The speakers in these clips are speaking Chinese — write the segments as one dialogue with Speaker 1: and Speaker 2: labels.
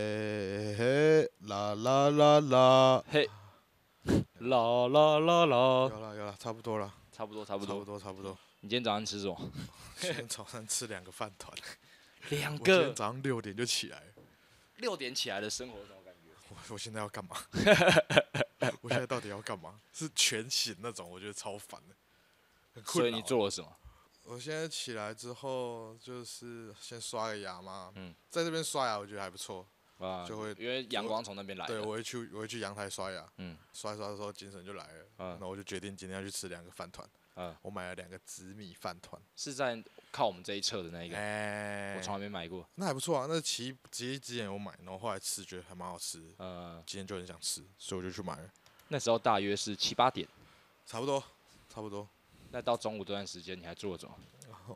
Speaker 1: 嘿嘿啦啦啦啦，
Speaker 2: 嘿，啦啦啦啦，
Speaker 1: 有了有了，差不多了，
Speaker 2: 差不多差
Speaker 1: 差
Speaker 2: 不
Speaker 1: 不
Speaker 2: 多。
Speaker 1: 多差不 多。
Speaker 2: 你今天早上吃什么？
Speaker 1: 今天早上吃两个饭团，
Speaker 2: 两
Speaker 1: 我今天早上六点就起来了，
Speaker 2: 六点起来的生活怎么感觉？
Speaker 1: 我我现在要干 嘛？我现在到底要干嘛？是全醒那种，我觉得超烦的，很困
Speaker 2: 所
Speaker 1: 扰。
Speaker 2: 以你做了什么？
Speaker 1: 我现在起来之后，就是先刷个牙嘛。
Speaker 2: 嗯
Speaker 1: 在这边刷牙我觉得还不错。
Speaker 2: 啊，
Speaker 1: 就会
Speaker 2: 因为阳光从那边来
Speaker 1: 对，
Speaker 2: 的。
Speaker 1: 我会去，我会去阳台刷牙。
Speaker 2: 嗯
Speaker 1: 刷一刷的时候精神就来了。
Speaker 2: 嗯
Speaker 1: 然后我就决定今天要去吃两个饭团。
Speaker 2: 嗯，
Speaker 1: 我买了两个紫米饭团。
Speaker 2: 是在靠我们这一侧的那一个，
Speaker 1: 哎、
Speaker 2: 我从来没买过。
Speaker 1: 那还不错啊。那奇奇异之前有买，然后后来吃觉得还蛮好吃，
Speaker 2: 呃，
Speaker 1: 今天就很想吃，所以我就去买了。
Speaker 2: 那时候大约是七八点，
Speaker 1: 差不多，差不多。
Speaker 2: 那到中午这段时间你还做了什么？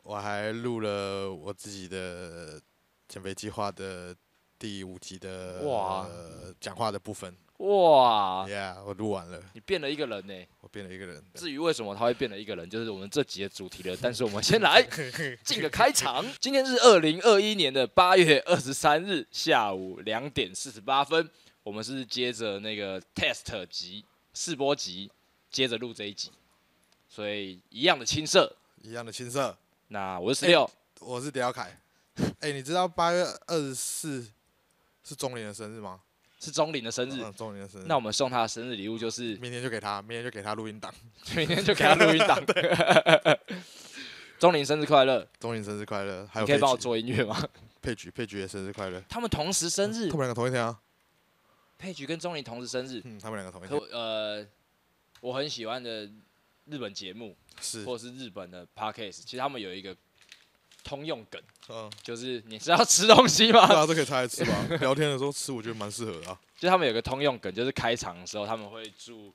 Speaker 1: 我还录了我自己的减肥计划的第五集的
Speaker 2: 哇啊
Speaker 1: 呃讲、话的部分。
Speaker 2: 哇，
Speaker 1: Yeah，我录完了，
Speaker 2: 你变了一个人呢、
Speaker 1: 我变了一个人。
Speaker 2: 至于为什么他会变了一个人，就是我们这集的主题了。但是我们先 来进个开 场。今天是二零二一年的八月二十三日下午两点四十八分，我们是接着那个 test 集试播集，接着录这一集，所以一样的青涩。
Speaker 1: 一样的青涩，
Speaker 2: 那我是十六、
Speaker 1: 我是刁凯。 哎、你知道八月二十四是钟林的生日吗？
Speaker 2: 是钟林的生日，
Speaker 1: 嗯，钟林的生日。
Speaker 2: 那我们送他的生日礼物 就是
Speaker 1: 明天就给他，明天就给他录音档。
Speaker 2: 明天就给他录音档。 钟林生日快乐！
Speaker 1: 钟林生日快乐！还
Speaker 2: 你
Speaker 1: 有
Speaker 2: 可以
Speaker 1: 佩
Speaker 2: 帮我
Speaker 1: 菊，
Speaker 2: 做音乐吗？
Speaker 1: 佩菊，佩菊也生日快乐。
Speaker 2: 他们同时生日
Speaker 1: 他，们两个同一天啊？
Speaker 2: 佩菊跟钟林同时生日，
Speaker 1: 嗯，他们两个同一
Speaker 2: 可
Speaker 1: 天。
Speaker 2: 我呃，我很喜欢的日本节目
Speaker 1: 是，
Speaker 2: 或者是日本的 podcast，其实他们有一个通用梗，
Speaker 1: 嗯，
Speaker 2: 就是你是要吃东西吗？
Speaker 1: 大家都可以猜一次吧。 聊天的时候吃，我觉得蛮适合的啊。
Speaker 2: 就他们有个通用梗，就是开场的时候他们会祝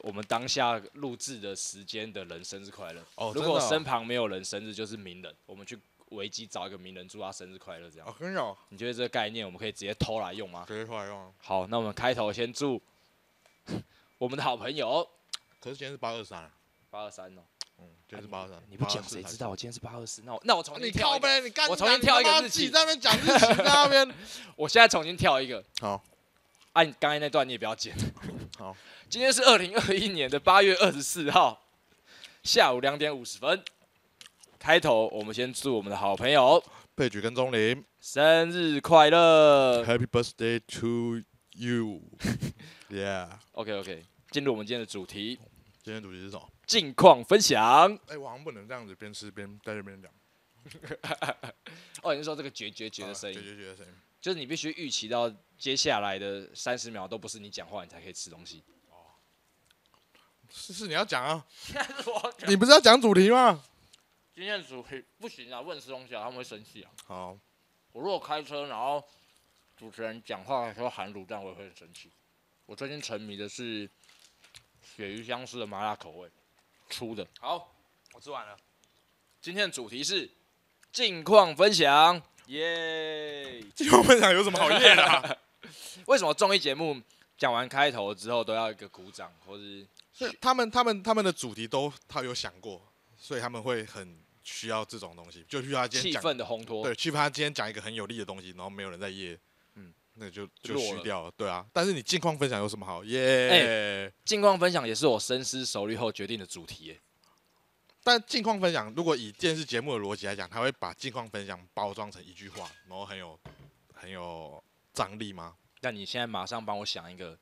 Speaker 2: 我们当下录制的时间的人生日快乐。
Speaker 1: 哦，
Speaker 2: 如果
Speaker 1: 真的
Speaker 2: 身旁没有人生日，就是名人，我们去维基找一个名人祝他生日快乐，这样。
Speaker 1: 哦，很有，
Speaker 2: 你觉得这个概念我们可以直接偷来用吗？
Speaker 1: 可以快用啊。
Speaker 2: 好，那我们开头先祝 我们的好朋友
Speaker 1: 可是今天是八二三，啊
Speaker 2: 八二三哦。
Speaker 1: 嗯，今天是八二三。
Speaker 2: 你不讲
Speaker 1: 823
Speaker 2: 谁
Speaker 1: 才
Speaker 2: 知？道？我今天是八二四，那我那我重
Speaker 1: 哦
Speaker 2: 新
Speaker 1: 你
Speaker 2: 跳
Speaker 1: 靠
Speaker 2: 一个，
Speaker 1: 呗，你干！
Speaker 2: 我重
Speaker 1: 你
Speaker 2: 新挑一个
Speaker 1: 他妈
Speaker 2: 日期
Speaker 1: 自己在那边讲日期，在那 边。
Speaker 2: 我现在重新跳一个。
Speaker 1: 好，
Speaker 2: 按、你刚才那段你也不要剪。
Speaker 1: 好，
Speaker 2: 今天是二零二一年的八月二十四号下午两点五十分。开头我们先祝我们的好朋友
Speaker 1: 佩菊跟钟林
Speaker 2: 生日快乐。
Speaker 1: ，Happy birthday to you 。Yeah，
Speaker 2: OK OK，进入我们今天的主题，
Speaker 1: 今天主题是什么？
Speaker 2: 近况分享。
Speaker 1: 哎，我好像不能这样子边吃边在这边讲。
Speaker 2: 哦，你是说这个绝绝绝的声音，
Speaker 1: 啊绝绝绝的声音。
Speaker 2: 就是你必须预期到接下来的三十秒都不是你讲话，你才可以吃东西。
Speaker 1: 是是，你要讲 啊！
Speaker 2: 我
Speaker 1: 你不是要讲主题吗？
Speaker 2: 今天的主题不行啊，问吃东西啊，他们会生气啊。
Speaker 1: 好，
Speaker 2: 我如果开车，然后主持人讲话的时候含卤蛋，我也会很生气。我最近沉迷的是鳕鱼香丝的麻辣口味，粗的。好，我吃完了。今天的主题是近况分享，耶！
Speaker 1: 金融分享有什么好夜的、 啊？
Speaker 2: 为什么综艺节目讲完开头之后都要一个鼓掌，或是
Speaker 1: 是他们他们他们的主题都他有想过，所以他们会很需要这种东西，就需要他今
Speaker 2: 气
Speaker 1: 天
Speaker 2: 氛
Speaker 1: 讲
Speaker 2: 的烘托？
Speaker 1: 对，去他今天讲一个很有力的东西，然后没有人在夜，
Speaker 2: 嗯
Speaker 1: 嗯，那就就
Speaker 2: 就弱
Speaker 1: 虚
Speaker 2: 了
Speaker 1: 掉了，对啊。但是你近况分享有什么好耶
Speaker 2: 近况分享也是我深思熟虑后决定的主题耶。
Speaker 1: 但近况分享如果以电视节目的逻辑来讲，他会把近况分享包装成一句话，然后很有很有张力吗？
Speaker 2: 那你现在马上帮我想一个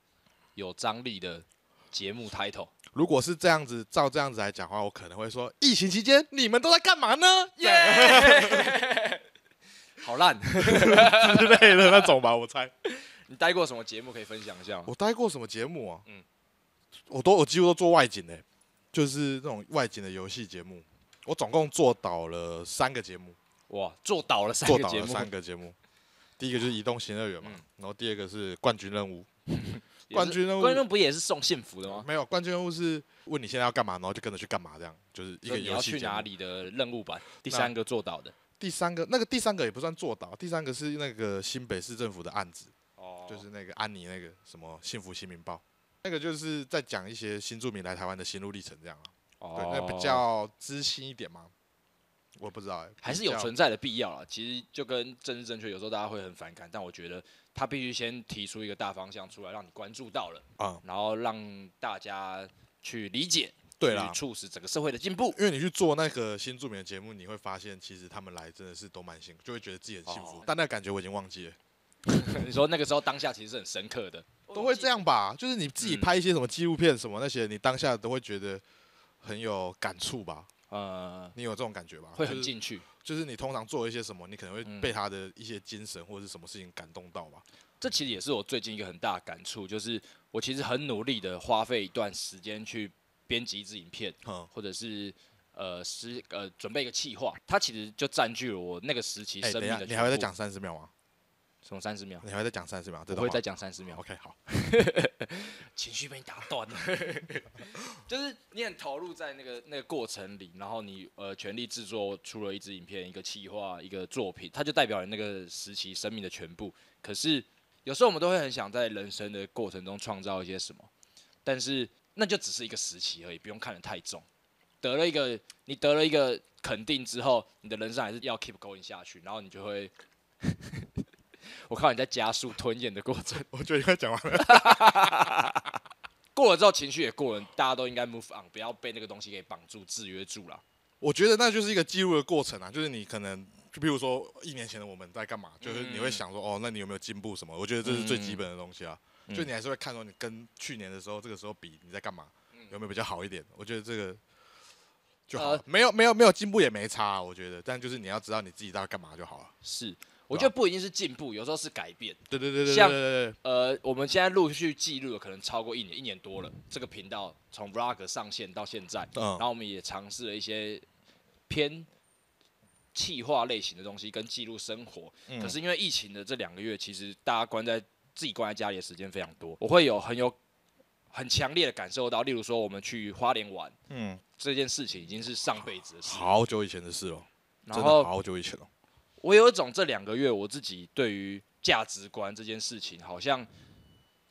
Speaker 2: 有张力的节目 title。
Speaker 1: 如果是这样子，照这样子来讲的话，我可能会说，疫情期间你们都在干嘛呢？
Speaker 2: 耶、 好烂！
Speaker 1: 之类的那种吧，我猜。
Speaker 2: 你待过什么节目可以分享一下吗？
Speaker 1: 我待过什么节目啊？
Speaker 2: 啊嗯
Speaker 1: 嗯，我都我几乎都做外景的、就是那种外景的游戏节目。我总共做导了三个节目，
Speaker 2: 哇，做倒了三
Speaker 1: 做
Speaker 2: 个
Speaker 1: 导
Speaker 2: 节
Speaker 1: 了
Speaker 2: 目，
Speaker 1: 三个节目。第一个就是移动新乐园嘛，
Speaker 2: 嗯
Speaker 1: 然后第二个是冠军任务，
Speaker 2: 也是
Speaker 1: 冠军任务
Speaker 2: 冠军任务不也是送幸福的吗？
Speaker 1: 没有冠军任务是问你现在要干嘛，然后就跟着去干嘛，这样就是一
Speaker 2: 就
Speaker 1: 个
Speaker 2: 你要
Speaker 1: 游戏
Speaker 2: 去
Speaker 1: 节目
Speaker 2: 哪。里的任务版？第三个做到的
Speaker 1: 第三个那个第三个也不算做导，第三个是那个新北市政府的案子，
Speaker 2: 哦
Speaker 1: 就是那个安妮那个什么幸福新民报，那个就是在讲一些新住民来台湾的心路历程这样啊。对，那
Speaker 2: 哦
Speaker 1: 比较知性一点嘛，我不知道哎、
Speaker 2: 还是有
Speaker 1: 比较
Speaker 2: 存在的必要啦。其实就跟政治正确，有时候大家会很反感，但我觉得他必须先提出一个大方向出来，让你关注到了，
Speaker 1: 啊，
Speaker 2: 然后让大家去理解，
Speaker 1: 对啦
Speaker 2: 去，促使整个社会的进步。
Speaker 1: 因为你去做那个新著名的节目，你会发现其实他们来真的是都蛮幸，就会觉得自己很幸福，
Speaker 2: 哦
Speaker 1: 但那个感觉我已经忘记了，
Speaker 2: 你说那个时候当下其实是很深刻的，
Speaker 1: 都会这样吧？就是你自己
Speaker 2: 嗯
Speaker 1: 拍一些什么纪录片什么那些，你当下都会觉得很有感触吧？
Speaker 2: 呃，
Speaker 1: 你有这种感觉吧？
Speaker 2: 会
Speaker 1: 就
Speaker 2: 很
Speaker 1: 是
Speaker 2: 进去。
Speaker 1: 就是你通常做一些什么，你可能会
Speaker 2: 嗯
Speaker 1: 被他的一些精神或者是什么事情感动到吧？
Speaker 2: 这其实也是我最近一个很大的感触，就是我其实很努力的花费一段时间去编辑一支影片，
Speaker 1: 嗯，
Speaker 2: 或者是呃时呃准备一个企划，它其实就占据了我那个时期
Speaker 1: 哎、
Speaker 2: 生
Speaker 1: 等一
Speaker 2: 命
Speaker 1: 下，
Speaker 2: 的、
Speaker 1: 你还会再讲三十秒吗？
Speaker 2: 什么三十秒？
Speaker 1: 你还会再讲三十秒？
Speaker 2: 我
Speaker 1: 这
Speaker 2: 会再
Speaker 1: 再
Speaker 2: 讲三十秒。
Speaker 1: OK，好，
Speaker 2: 情绪被你打断了， 就是你很投入在那个那个过程里，然后你呃全力制作出了一支影片、一个企划、一个作品，它就代表了那个时期生命的全部。可是有时候我们都会很想在人生的过程中创造一些什么，但是那就只是一个时期而已，不用看得太重。得了一个你得了一个肯定之后，你的人生还是要 keep going 下去，然后你就会。 我看到你在加速吞咽的过程，
Speaker 1: 我觉得应该讲完了。
Speaker 2: 过了之后情绪也过了，大家都应该 move on，不要被那个东西给绑住、制约住了。
Speaker 1: 我觉得那就是一个记录的过程啊，就是你可能就比如说一年前的我们在干嘛，
Speaker 2: 嗯
Speaker 1: 就是你会想说哦，那你有没有进步什么？我觉得这是最基本的东西啊。
Speaker 2: 嗯
Speaker 1: 就你还是会看到你跟去年的时候这个时候比你在干嘛，
Speaker 2: 嗯
Speaker 1: 有没有比较好一点？我觉得这个就好了
Speaker 2: 呃
Speaker 1: 没有没有没有进步也没差啊、我觉得。但就是你要知道你自己到底干嘛就好了。
Speaker 2: 是，我
Speaker 1: 啊
Speaker 2: 觉得不一定是进步，有时候是改变。
Speaker 1: 对对对对对
Speaker 2: 像
Speaker 1: 对对对
Speaker 2: 呃，我们现在陆续记录了可能超过一年，一年多了。这个频道从 vlog 上线到现在，
Speaker 1: 嗯
Speaker 2: 然后我们也尝试了一些偏气化类型的东西，跟记录生活。
Speaker 1: 嗯
Speaker 2: 可是因为疫情的这两个月，其实大家关在自己关在家里的时间非常多，我会有很有很强烈的感受到，例如说我们去花莲玩
Speaker 1: 嗯，
Speaker 2: 这件事情，已经是上辈子的事。
Speaker 1: 好久以前的事了，哦真
Speaker 2: 然
Speaker 1: 的
Speaker 2: 后
Speaker 1: 好久以前了。哦
Speaker 2: 我有一种这两个月我自己对于价值观这件事情，好像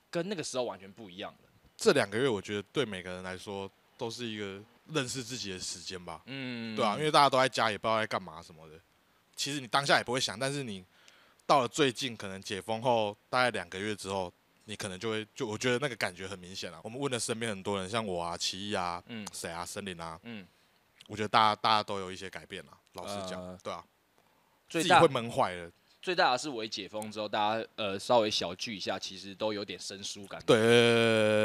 Speaker 2: 跟那个时候完全不一样了。
Speaker 1: 这两个月我觉得对每个人来说都是一个认识自己的时间吧。
Speaker 2: 嗯
Speaker 1: 对啊，因为大家都在家，也不知道在干嘛什么的。其实你当下也不会想，但是你到了最近，可能解封后大概两个月之后，你可能就会就我觉得那个感觉很明显啊了、我们问了身边很多人，像我啊、奇艺啊、
Speaker 2: 嗯
Speaker 1: 谁啊、森林啊，
Speaker 2: 嗯，
Speaker 1: 我觉得大家大家都有一些改变了。老实讲，
Speaker 2: 呃
Speaker 1: 对啊，自
Speaker 2: 最
Speaker 1: 己
Speaker 2: 大
Speaker 1: 会闷坏了。
Speaker 2: 最大的是我一解封之后，大家呃稍微小聚一下，其实都有点生疏感，
Speaker 1: 对，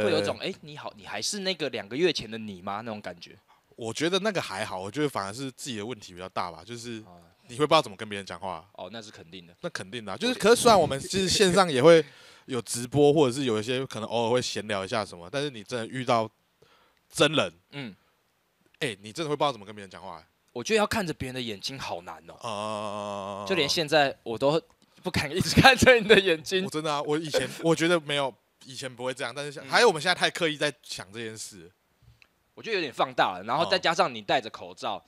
Speaker 2: 会有一种哎、诶你好，你还是那个两个月前的你吗？那种感觉
Speaker 1: 我觉得那个还好，我觉得反而是自己的问题比较大吧，就是
Speaker 2: 啊，
Speaker 1: 你会不知道怎么跟别人讲话、
Speaker 2: 哦，那是肯定的，
Speaker 1: 那肯定的啊、就是可是虽然我们其实线上也会有直播，或者是有一些可能偶尔会闲聊一下什么，但是你真的遇到真人，
Speaker 2: 嗯。
Speaker 1: 哎、你真的会不知道怎么跟别人讲话、欸。
Speaker 2: 我觉得要看着别人的眼睛好难哦，
Speaker 1: 啊、
Speaker 2: 就连现在我都不敢一直看着你的眼睛
Speaker 1: 我。真的啊，我以前我觉得没有，以前不会这样，但是像
Speaker 2: 嗯
Speaker 1: 还有我们现在太刻意在想这件事
Speaker 2: 我觉得有点放大了，然后
Speaker 1: 哦
Speaker 2: 再加上你戴着口罩，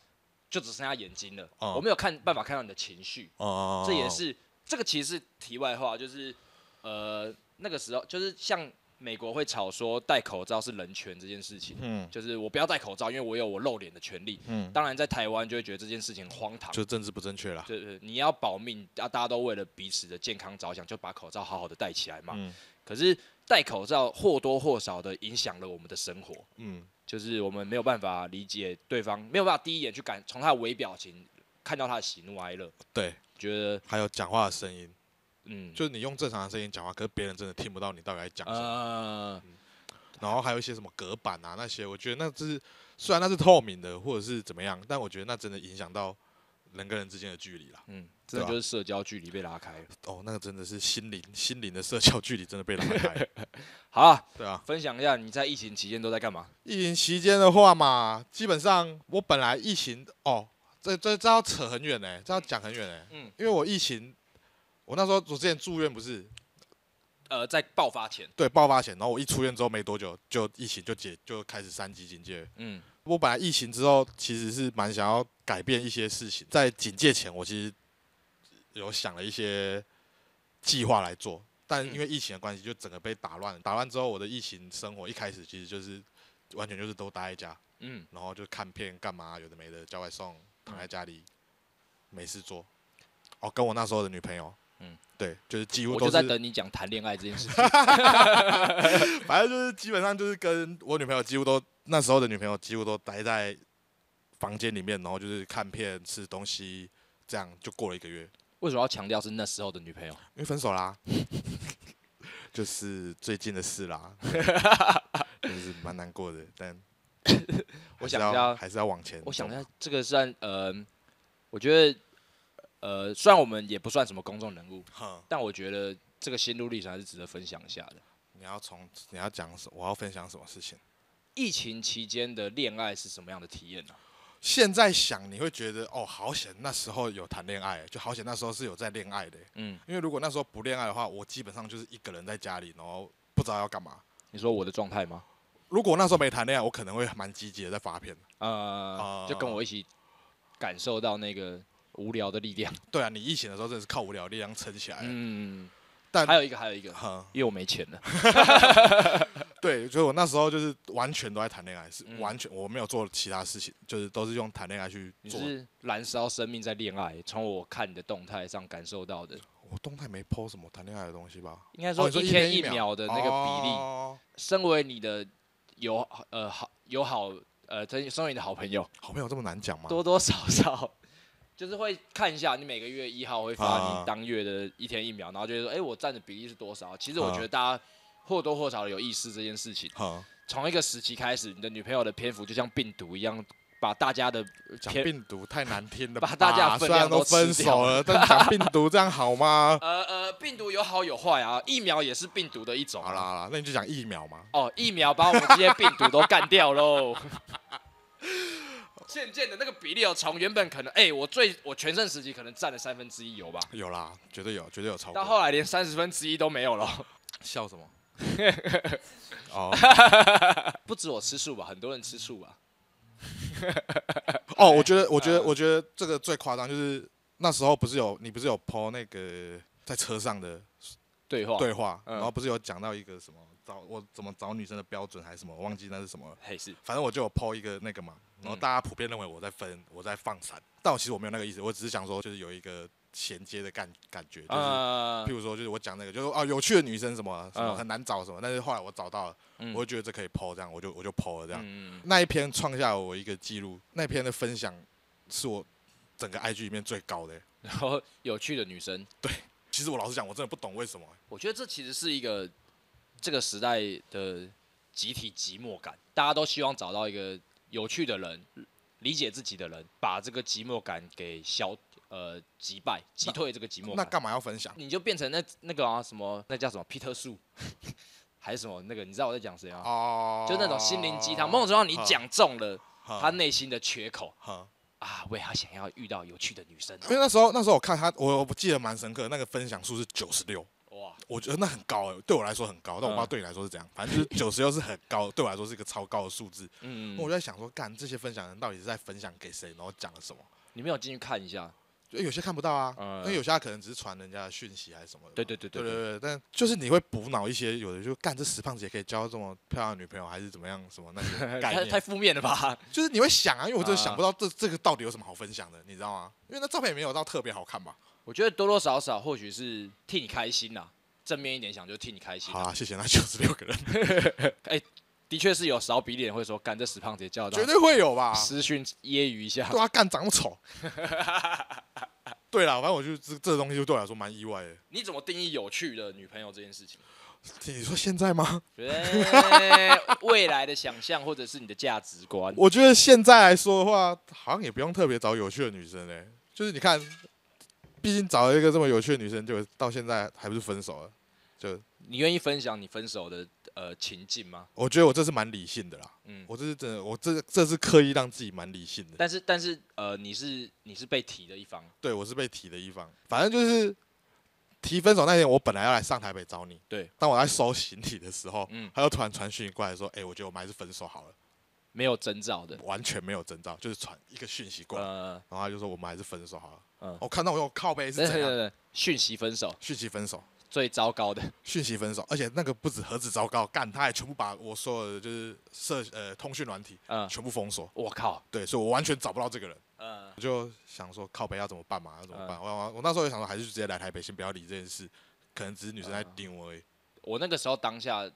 Speaker 2: 就只剩下眼睛了，
Speaker 1: 哦
Speaker 2: 我没有看办法看到你的情绪，
Speaker 1: 哦
Speaker 2: 这也是这个其实是题外话，就是呃那个时候就是像美国会吵说戴口罩是人权这件事情，
Speaker 1: 嗯
Speaker 2: 就是我不要戴口罩，因为我有我露脸的权利。
Speaker 1: 嗯，
Speaker 2: 当然在台湾就会觉得这件事情很荒唐，
Speaker 1: 就政治不正确啦。
Speaker 2: 就是你要保命啊，大家都为了彼此的健康着想，就把口罩好好的戴起来嘛。
Speaker 1: 嗯
Speaker 2: 可是戴口罩或多或少的影响了我们的生活。
Speaker 1: 嗯，
Speaker 2: 就是我们没有办法理解对方，没有办法第一眼去感从他的微表情看到他的喜怒哀乐，
Speaker 1: 对，
Speaker 2: 觉得
Speaker 1: 还有讲话的声音，
Speaker 2: 嗯，
Speaker 1: 就是你用正常的声音讲话，可是别人真的听不到你到底在讲什么。嗯
Speaker 2: 呃，
Speaker 1: 然后还有一些什么隔板啊那些，我觉得那只是虽然那是透明的或者是怎么样，但我觉得那真的影响到人跟人之间的距离啦。
Speaker 2: 嗯，这
Speaker 1: 对啊
Speaker 2: 就是社交距离被拉开了。
Speaker 1: 哦，那个真的是心灵心灵的社交距离真的被拉开 了。
Speaker 2: 好啊，
Speaker 1: 对啊，
Speaker 2: 分享一下你在疫情期间都在干嘛？
Speaker 1: 疫情期间的话嘛，基本上我本来疫情哦，这这这要扯很远呢、这要讲很远呢、
Speaker 2: 嗯
Speaker 1: 因为我疫情，我那时候我之前住院不是
Speaker 2: 呃，在爆发前，
Speaker 1: 对爆发前，然后我一出院之后没多久就疫情就解就开始三级警戒了。
Speaker 2: 嗯
Speaker 1: 我本来疫情之后其实是蛮想要改变一些事情，在警戒前我其实有想了一些计划来做，但
Speaker 2: 嗯
Speaker 1: 因为疫情的关系，就整个被打乱了。打乱之后，我的疫情生活一开始其实就是完全就是都待在家，
Speaker 2: 嗯，
Speaker 1: 然后就看片干嘛，有的没的叫外送，躺在家里没事做。哦，跟我那时候的女朋友
Speaker 2: 嗯
Speaker 1: 嗯，对，就是几乎
Speaker 2: 我
Speaker 1: 都
Speaker 2: 就是在等你讲谈恋爱这件事 情。
Speaker 1: 反正就是基本上就是跟我女朋友几乎都那时候的女朋友几乎都待在房间里面，然后就是看片、吃东西，这样就过了一个月，
Speaker 2: 为什么要强调是那时候的女朋友？
Speaker 1: 因为分手 啦，就是最近的事 啦，就是蛮难过的，但还
Speaker 2: 我
Speaker 1: 是
Speaker 2: 想一下
Speaker 1: 还是要往前走。
Speaker 2: 我想一下，这个算呃，我觉得呃，虽然我们也不算什么公众人物，
Speaker 1: 哼，
Speaker 2: 但我觉得这个心路历程还是值得分享一下的。
Speaker 1: 你要从你要讲什，我要分享什么事情？
Speaker 2: 疫情期间的恋爱是什么样的体验呢、啊
Speaker 1: 现在想你会觉得哦，好险那时候有谈恋爱，就好险那时候是有在恋爱的。
Speaker 2: 嗯，
Speaker 1: 因为如果那时候不恋爱的话，我基本上就是一个人在家里，然后不知道要干嘛。
Speaker 2: 你说我的状态吗？
Speaker 1: 如果那时候没谈恋爱，我可能会蛮积极的在发片。啊
Speaker 2: 呃，就跟我一起感受到那个无聊的力量。
Speaker 1: 对啊，你疫情的时候真的是靠无聊的力量撑起来的。
Speaker 2: 嗯，
Speaker 1: 哎但
Speaker 2: 还有一个，还有一个，
Speaker 1: 哼，
Speaker 2: 因为我没钱 了。
Speaker 1: 对，所以我那时候就是完全都在谈恋爱，是
Speaker 2: 嗯
Speaker 1: 完全我没有做其他事情，就是都是用谈恋爱去
Speaker 2: 你
Speaker 1: 做。
Speaker 2: 是燃烧生命在恋爱，从我看你的动态上感受到的，
Speaker 1: 我动态没 PO 什么谈恋爱的东西吧？
Speaker 2: 应该
Speaker 1: 哦
Speaker 2: 说
Speaker 1: 你说
Speaker 2: 一
Speaker 1: 一
Speaker 2: 天
Speaker 1: 天一
Speaker 2: 一
Speaker 1: 秒
Speaker 2: 秒的那个比例。
Speaker 1: 哦
Speaker 2: 身为你的友呃好友好呃，身身为你的好朋友，
Speaker 1: 好朋友这么难讲吗？
Speaker 2: 多多少少 就是会看一下你每个月一号会发
Speaker 1: 啊
Speaker 2: 你当月的一天一秒，然后就会说，哎、我占的比例是多少？其实我
Speaker 1: 啊
Speaker 2: 觉得大家或多或少有意识这件事情。
Speaker 1: 哼，
Speaker 2: 从一个时期开始，你的女朋友的篇幅就像病毒一样，把大家的
Speaker 1: 讲
Speaker 2: 偏
Speaker 1: 病毒太难听了吧，
Speaker 2: 把大家的
Speaker 1: 虽
Speaker 2: 分量
Speaker 1: 然
Speaker 2: 都
Speaker 1: 都分
Speaker 2: 吃掉？
Speaker 1: 手了，但讲病毒这样好吗
Speaker 2: 呃呃病毒有好有坏啊，疫苗也是病毒的一种、啊
Speaker 1: 好啦，好啦，那你就讲疫苗嘛。
Speaker 2: 哦，疫苗把我们这些病毒都干掉喽。 渐渐的那个比例哦，从原本可能哎、我最我全盛时期可能占了三分之一有吧，
Speaker 1: 有啦，绝对有，绝对有超
Speaker 2: 到
Speaker 1: 过。
Speaker 2: 后来连三十分之一都没有了。
Speaker 1: 笑 什么？哦
Speaker 2: 不止我吃素吧，很多人吃素吧。
Speaker 1: 哦，我觉得，我觉得，我觉得这个最夸张就是那时候不是有你不是有 PO 那个在车上的
Speaker 2: 对话，
Speaker 1: 对话，
Speaker 2: 嗯
Speaker 1: 然后不是有讲到一个什么找我怎么找女生的标准还是什么，我忘记那是什么了。
Speaker 2: 嘿是，
Speaker 1: 反正我就有 PO 一个那个嘛，然后
Speaker 2: 嗯
Speaker 1: 大家普遍认为我在分，我在放闪，但我其实我没有那个意思，我只是想说就是有一个衔接的感感觉，就是
Speaker 2: 呃
Speaker 1: 譬，如说就是我讲那个就是哦有趣的女生什么什么
Speaker 2: 嗯
Speaker 1: 很难找什么，但是后来我找到了，
Speaker 2: 嗯
Speaker 1: 我就觉得这可以 PO 这样，我就我就 PO 了这样。
Speaker 2: 嗯，
Speaker 1: 那一篇创下我一个记录，那篇的分享是我整个 IG 里面最高的。
Speaker 2: 然后有趣的女生，
Speaker 1: 其实我老实讲，我真的不懂为什么。
Speaker 2: 我觉得这其实是一个这个时代的集体寂寞感，大家都希望找到一个有趣的人，理解自己的人，把这个寂寞感给消呃击败、击退这个寂寞
Speaker 1: 那
Speaker 2: 感。
Speaker 1: 干嘛要分享？
Speaker 2: 你就变成那那个啊什么那叫什么皮特树， 还是什么那个你知道我在讲谁啊？
Speaker 1: 哦，
Speaker 2: 就那种心灵鸡汤，某种程度上你讲中了
Speaker 1: 哼
Speaker 2: 他内心的缺口
Speaker 1: 哼
Speaker 2: 啊，为他想要遇到有趣的女生，
Speaker 1: 因为那时候那时候我看他，我我记得蛮深刻，那个分享数是九十六，
Speaker 2: 哇，
Speaker 1: 我觉得那很高、欸，对我来说很高，但我不知道
Speaker 2: 嗯
Speaker 1: 对你来说是怎样，反正就是九十六是很高，对我来说是一个超高的数字。
Speaker 2: 嗯，
Speaker 1: 我就在想说，干这些分享人到底是在分享给谁，然后讲了什么？
Speaker 2: 你没有进去看一下，
Speaker 1: 就有些看不到啊，
Speaker 2: 嗯
Speaker 1: 因为有些他可能只是传人家的讯息还是什么的嘛。
Speaker 2: 对对对对
Speaker 1: 对对对，但就是你会补脑一些，有的就干这死胖子也可以交这么漂亮的女朋友，还是怎么样什么那 些概
Speaker 2: 太太
Speaker 1: 念，
Speaker 2: 负面了吧？
Speaker 1: 就是你会想啊，因为我真的
Speaker 2: 啊
Speaker 1: 想不到这这个到底有什么好分享的，你知道吗？因为那照片也没有到特别好看吧。
Speaker 2: 我觉得多多少少或许是替你开心啦，正面一点想就替你开心
Speaker 1: 好
Speaker 2: 啦。
Speaker 1: 啦，谢谢那九十六个人，
Speaker 2: 的确是有少比脸会说，干这死胖子也叫得
Speaker 1: 绝
Speaker 2: 到，
Speaker 1: 对会有吧？
Speaker 2: 私讯揶揄一下。
Speaker 1: 对啊，干长那么丑。 对啦，反正我就这这个东西就对我来说蛮意外的。
Speaker 2: 你怎么定义有趣的女朋友这 件事情？
Speaker 1: 你说现在吗？
Speaker 2: 觉得未来的想象或者是你的价值观，
Speaker 1: 我觉得现在来说的话，好像也不用特别找有趣的女生嘞、就是你看，毕竟找了一个这么有趣的女生，就到现在还不是分手了。就
Speaker 2: 你愿意分享你分手的呃情境吗？
Speaker 1: 我觉得我这是蛮理性的啦，
Speaker 2: 嗯，
Speaker 1: 我这是真的，我这这是刻意让自己蛮理性的。
Speaker 2: 但是但是呃，你是你是被提的一方，
Speaker 1: 对我是被提的一方，反正就是提分手那天，我本来要来上台北找你，
Speaker 2: 对，
Speaker 1: 当我在收行李的时候，
Speaker 2: 嗯
Speaker 1: 他又突然传讯息过来说，哎、我觉得我们还是分手好了，
Speaker 2: 没有征兆的。
Speaker 1: 完全没有征兆，就是传一个讯息过来，
Speaker 2: 呃，
Speaker 1: 然后他就说我们还是分手好了。
Speaker 2: 嗯哎
Speaker 1: 我、看到我用靠背是
Speaker 2: 对对
Speaker 1: 怎样
Speaker 2: 对，讯息分手
Speaker 1: 讯息分手。
Speaker 2: 最糟糕的，
Speaker 1: 讯息分手，而且那个不止何止糟糕，干他还全部把我所有的就是社呃通讯软体
Speaker 2: 嗯，
Speaker 1: 全部封锁，
Speaker 2: 我靠，
Speaker 1: 对，所以我完全找不到这个人。
Speaker 2: 嗯，
Speaker 1: 我就想说靠北要怎么办嘛，要怎么
Speaker 2: 啊
Speaker 1: 办？我我我那时候也想说，还是直接来台北，先不要理这件事，可能只是女生在
Speaker 2: 嗯
Speaker 1: 盯我而已。
Speaker 2: 我那个时候当下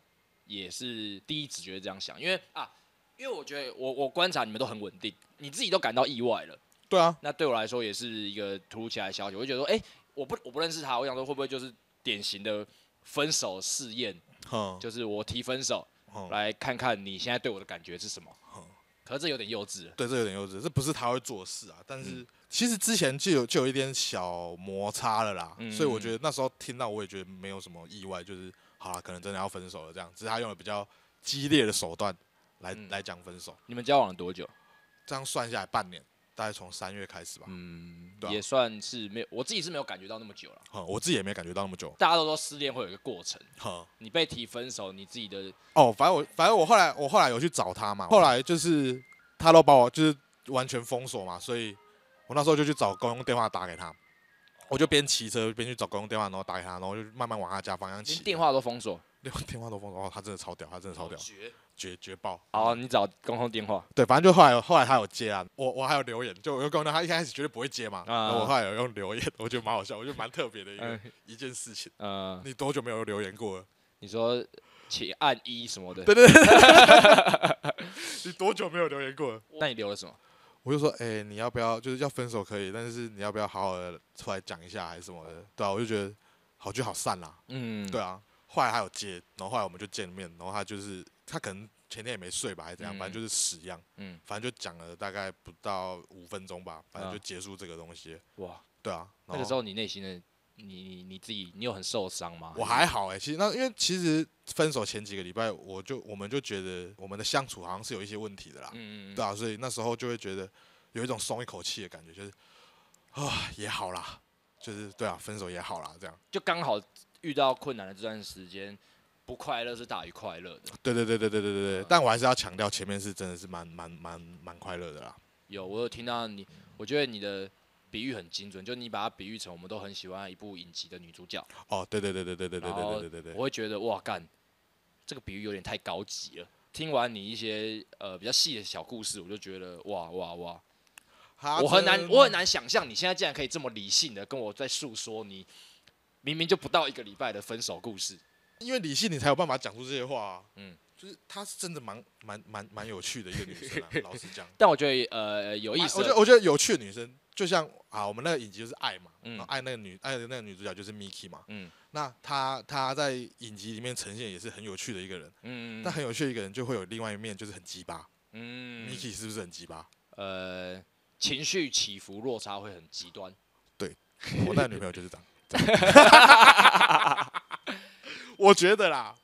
Speaker 2: 也是第一直觉这样想，因为啊，因为我觉得我我观察你们都很稳定，你自己都感到意外了，
Speaker 1: 对啊，
Speaker 2: 那对我来说也是一个突如其来的消息，我就觉得说，哎、我不我不认识他，我想说会不会就是典型的分手试验，
Speaker 1: 嗯，
Speaker 2: 就是我提分手
Speaker 1: 嗯
Speaker 2: 来看看你现在对我的感觉是什么
Speaker 1: 嗯。
Speaker 2: 可是这有点幼稚了，
Speaker 1: 对，这有点幼稚，这不是他会做的事啊。但
Speaker 2: 嗯
Speaker 1: 是其实之前就有就有一点小摩擦了啦，
Speaker 2: 嗯
Speaker 1: 所以我觉得那时候听到我也觉得没有什么意外，就是好了，可能真的要分手了这样。只是他用了比较激烈的手段来、
Speaker 2: 嗯
Speaker 1: 来讲分手，
Speaker 2: 你们交往了多久？
Speaker 1: 这样算下来半年，大概从三月开始吧。
Speaker 2: 嗯，
Speaker 1: 对啊
Speaker 2: 也算是没有，我自己是没有感觉到那么久了。
Speaker 1: 哼、我自己也没感觉到那么久。
Speaker 2: 大家都说失恋会有一个过程，
Speaker 1: 哼，
Speaker 2: 你被提分手，你自己的
Speaker 1: 哦，反正我反正我后来我后来有去找他嘛，后来就是他都把我就是完全封锁嘛，所以我那时候就去找公用电话打给他，我就边骑车边去找公用电话，然后打给他，然后就慢慢往他家方向
Speaker 2: 连
Speaker 1: 骑。
Speaker 2: 电话都封锁。
Speaker 1: 电话 哦电话都封锁，哦，他真的超屌，他真的超屌，
Speaker 2: 绝！
Speaker 1: 绝绝爆。
Speaker 2: 好，你找公共电话，
Speaker 1: 对，反正就后来后来他有接啊，我我还有留言，就我就跟他他一开始绝对不会接嘛，
Speaker 2: 啊
Speaker 1: 然后我后来有用留言，我觉得蛮好笑，我觉得蛮特别的一个
Speaker 2: 嗯
Speaker 1: 一件事情。
Speaker 2: 呃，
Speaker 1: 你多久没有留言过了？
Speaker 2: 你说请按一什么的，
Speaker 1: 对对对，你多久没有留言过了？
Speaker 2: 那你留了什么？
Speaker 1: 我就说，哎、你要不要就是要分手可以，但是你要不要好好的出来讲一下还是什么的？对啊，我就觉得好聚好散啦。
Speaker 2: 嗯，
Speaker 1: 对啊，后来还有接，然后后来我们就见面，然后他就是他可能前天也没睡吧，还是怎样，
Speaker 2: 嗯
Speaker 1: 反正就是屎一样，
Speaker 2: 嗯，
Speaker 1: 反正就讲了大概不到五分钟吧，反正
Speaker 2: 啊
Speaker 1: 就结束这个东西。
Speaker 2: 哇，
Speaker 1: 对啊，
Speaker 2: 那个时
Speaker 1: 候
Speaker 2: 候你内心的你你你自己，你有很受伤吗？
Speaker 1: 我还好哎、其实那因为其实分手前几个礼拜，我就我们就觉得我们的相处好像是有一些问题的啦。
Speaker 2: 嗯，嗯嗯，
Speaker 1: 对啊，所以那时候就会觉得有一种松一口气的感觉，就是啊也好啦，就是对啊，分手也好啦，这样。
Speaker 2: 就刚好遇到困难的这段时间，不快乐是大于快乐的。
Speaker 1: 对对对对对对对对
Speaker 2: 嗯。
Speaker 1: 但我还是要强调，前面是真的是蛮蛮蛮蛮快乐的啦。
Speaker 2: 有，我有听到你，我觉得你的比喻很精准，就你把它比喻成我们都很喜欢一部影集的女主角，
Speaker 1: 哦，对对对对对对对
Speaker 2: 然后
Speaker 1: 对对对对
Speaker 2: 我
Speaker 1: 对。
Speaker 2: 会觉得哇干，这个比喻有点太高级了。听完你一些呃比较细的小故事，我就觉得哇哇哇，
Speaker 1: 哈
Speaker 2: 我很难
Speaker 1: 真
Speaker 2: 我很难想象你现在竟然可以这么理性的跟我在诉说你明明就不到一个礼拜的分手故事。
Speaker 1: 因为理性你才有办法讲出这些话、啊。
Speaker 2: 嗯
Speaker 1: 嗯，就是她是真的蛮蛮蛮蛮有趣的一个女生 啊，老实讲。
Speaker 2: 但我觉得呃有意
Speaker 1: 啊
Speaker 2: 思
Speaker 1: 我觉
Speaker 2: 的，
Speaker 1: 得我觉得有趣的女生，就像啊，我们那个影集就是爱嘛，
Speaker 2: 嗯
Speaker 1: 然后爱那个女爱的那个女主角就是 Miki 嘛。
Speaker 2: 嗯
Speaker 1: 那她她在影集里面呈现也是很有趣的一个人，
Speaker 2: 嗯
Speaker 1: 但很有趣的一个人就会有另外一面，就是很鸡巴。
Speaker 2: 嗯
Speaker 1: Miki 是不是很鸡 巴？
Speaker 2: 呃情绪起伏落差会很极端。
Speaker 1: 我那个女朋友就是这 样。我觉得啦，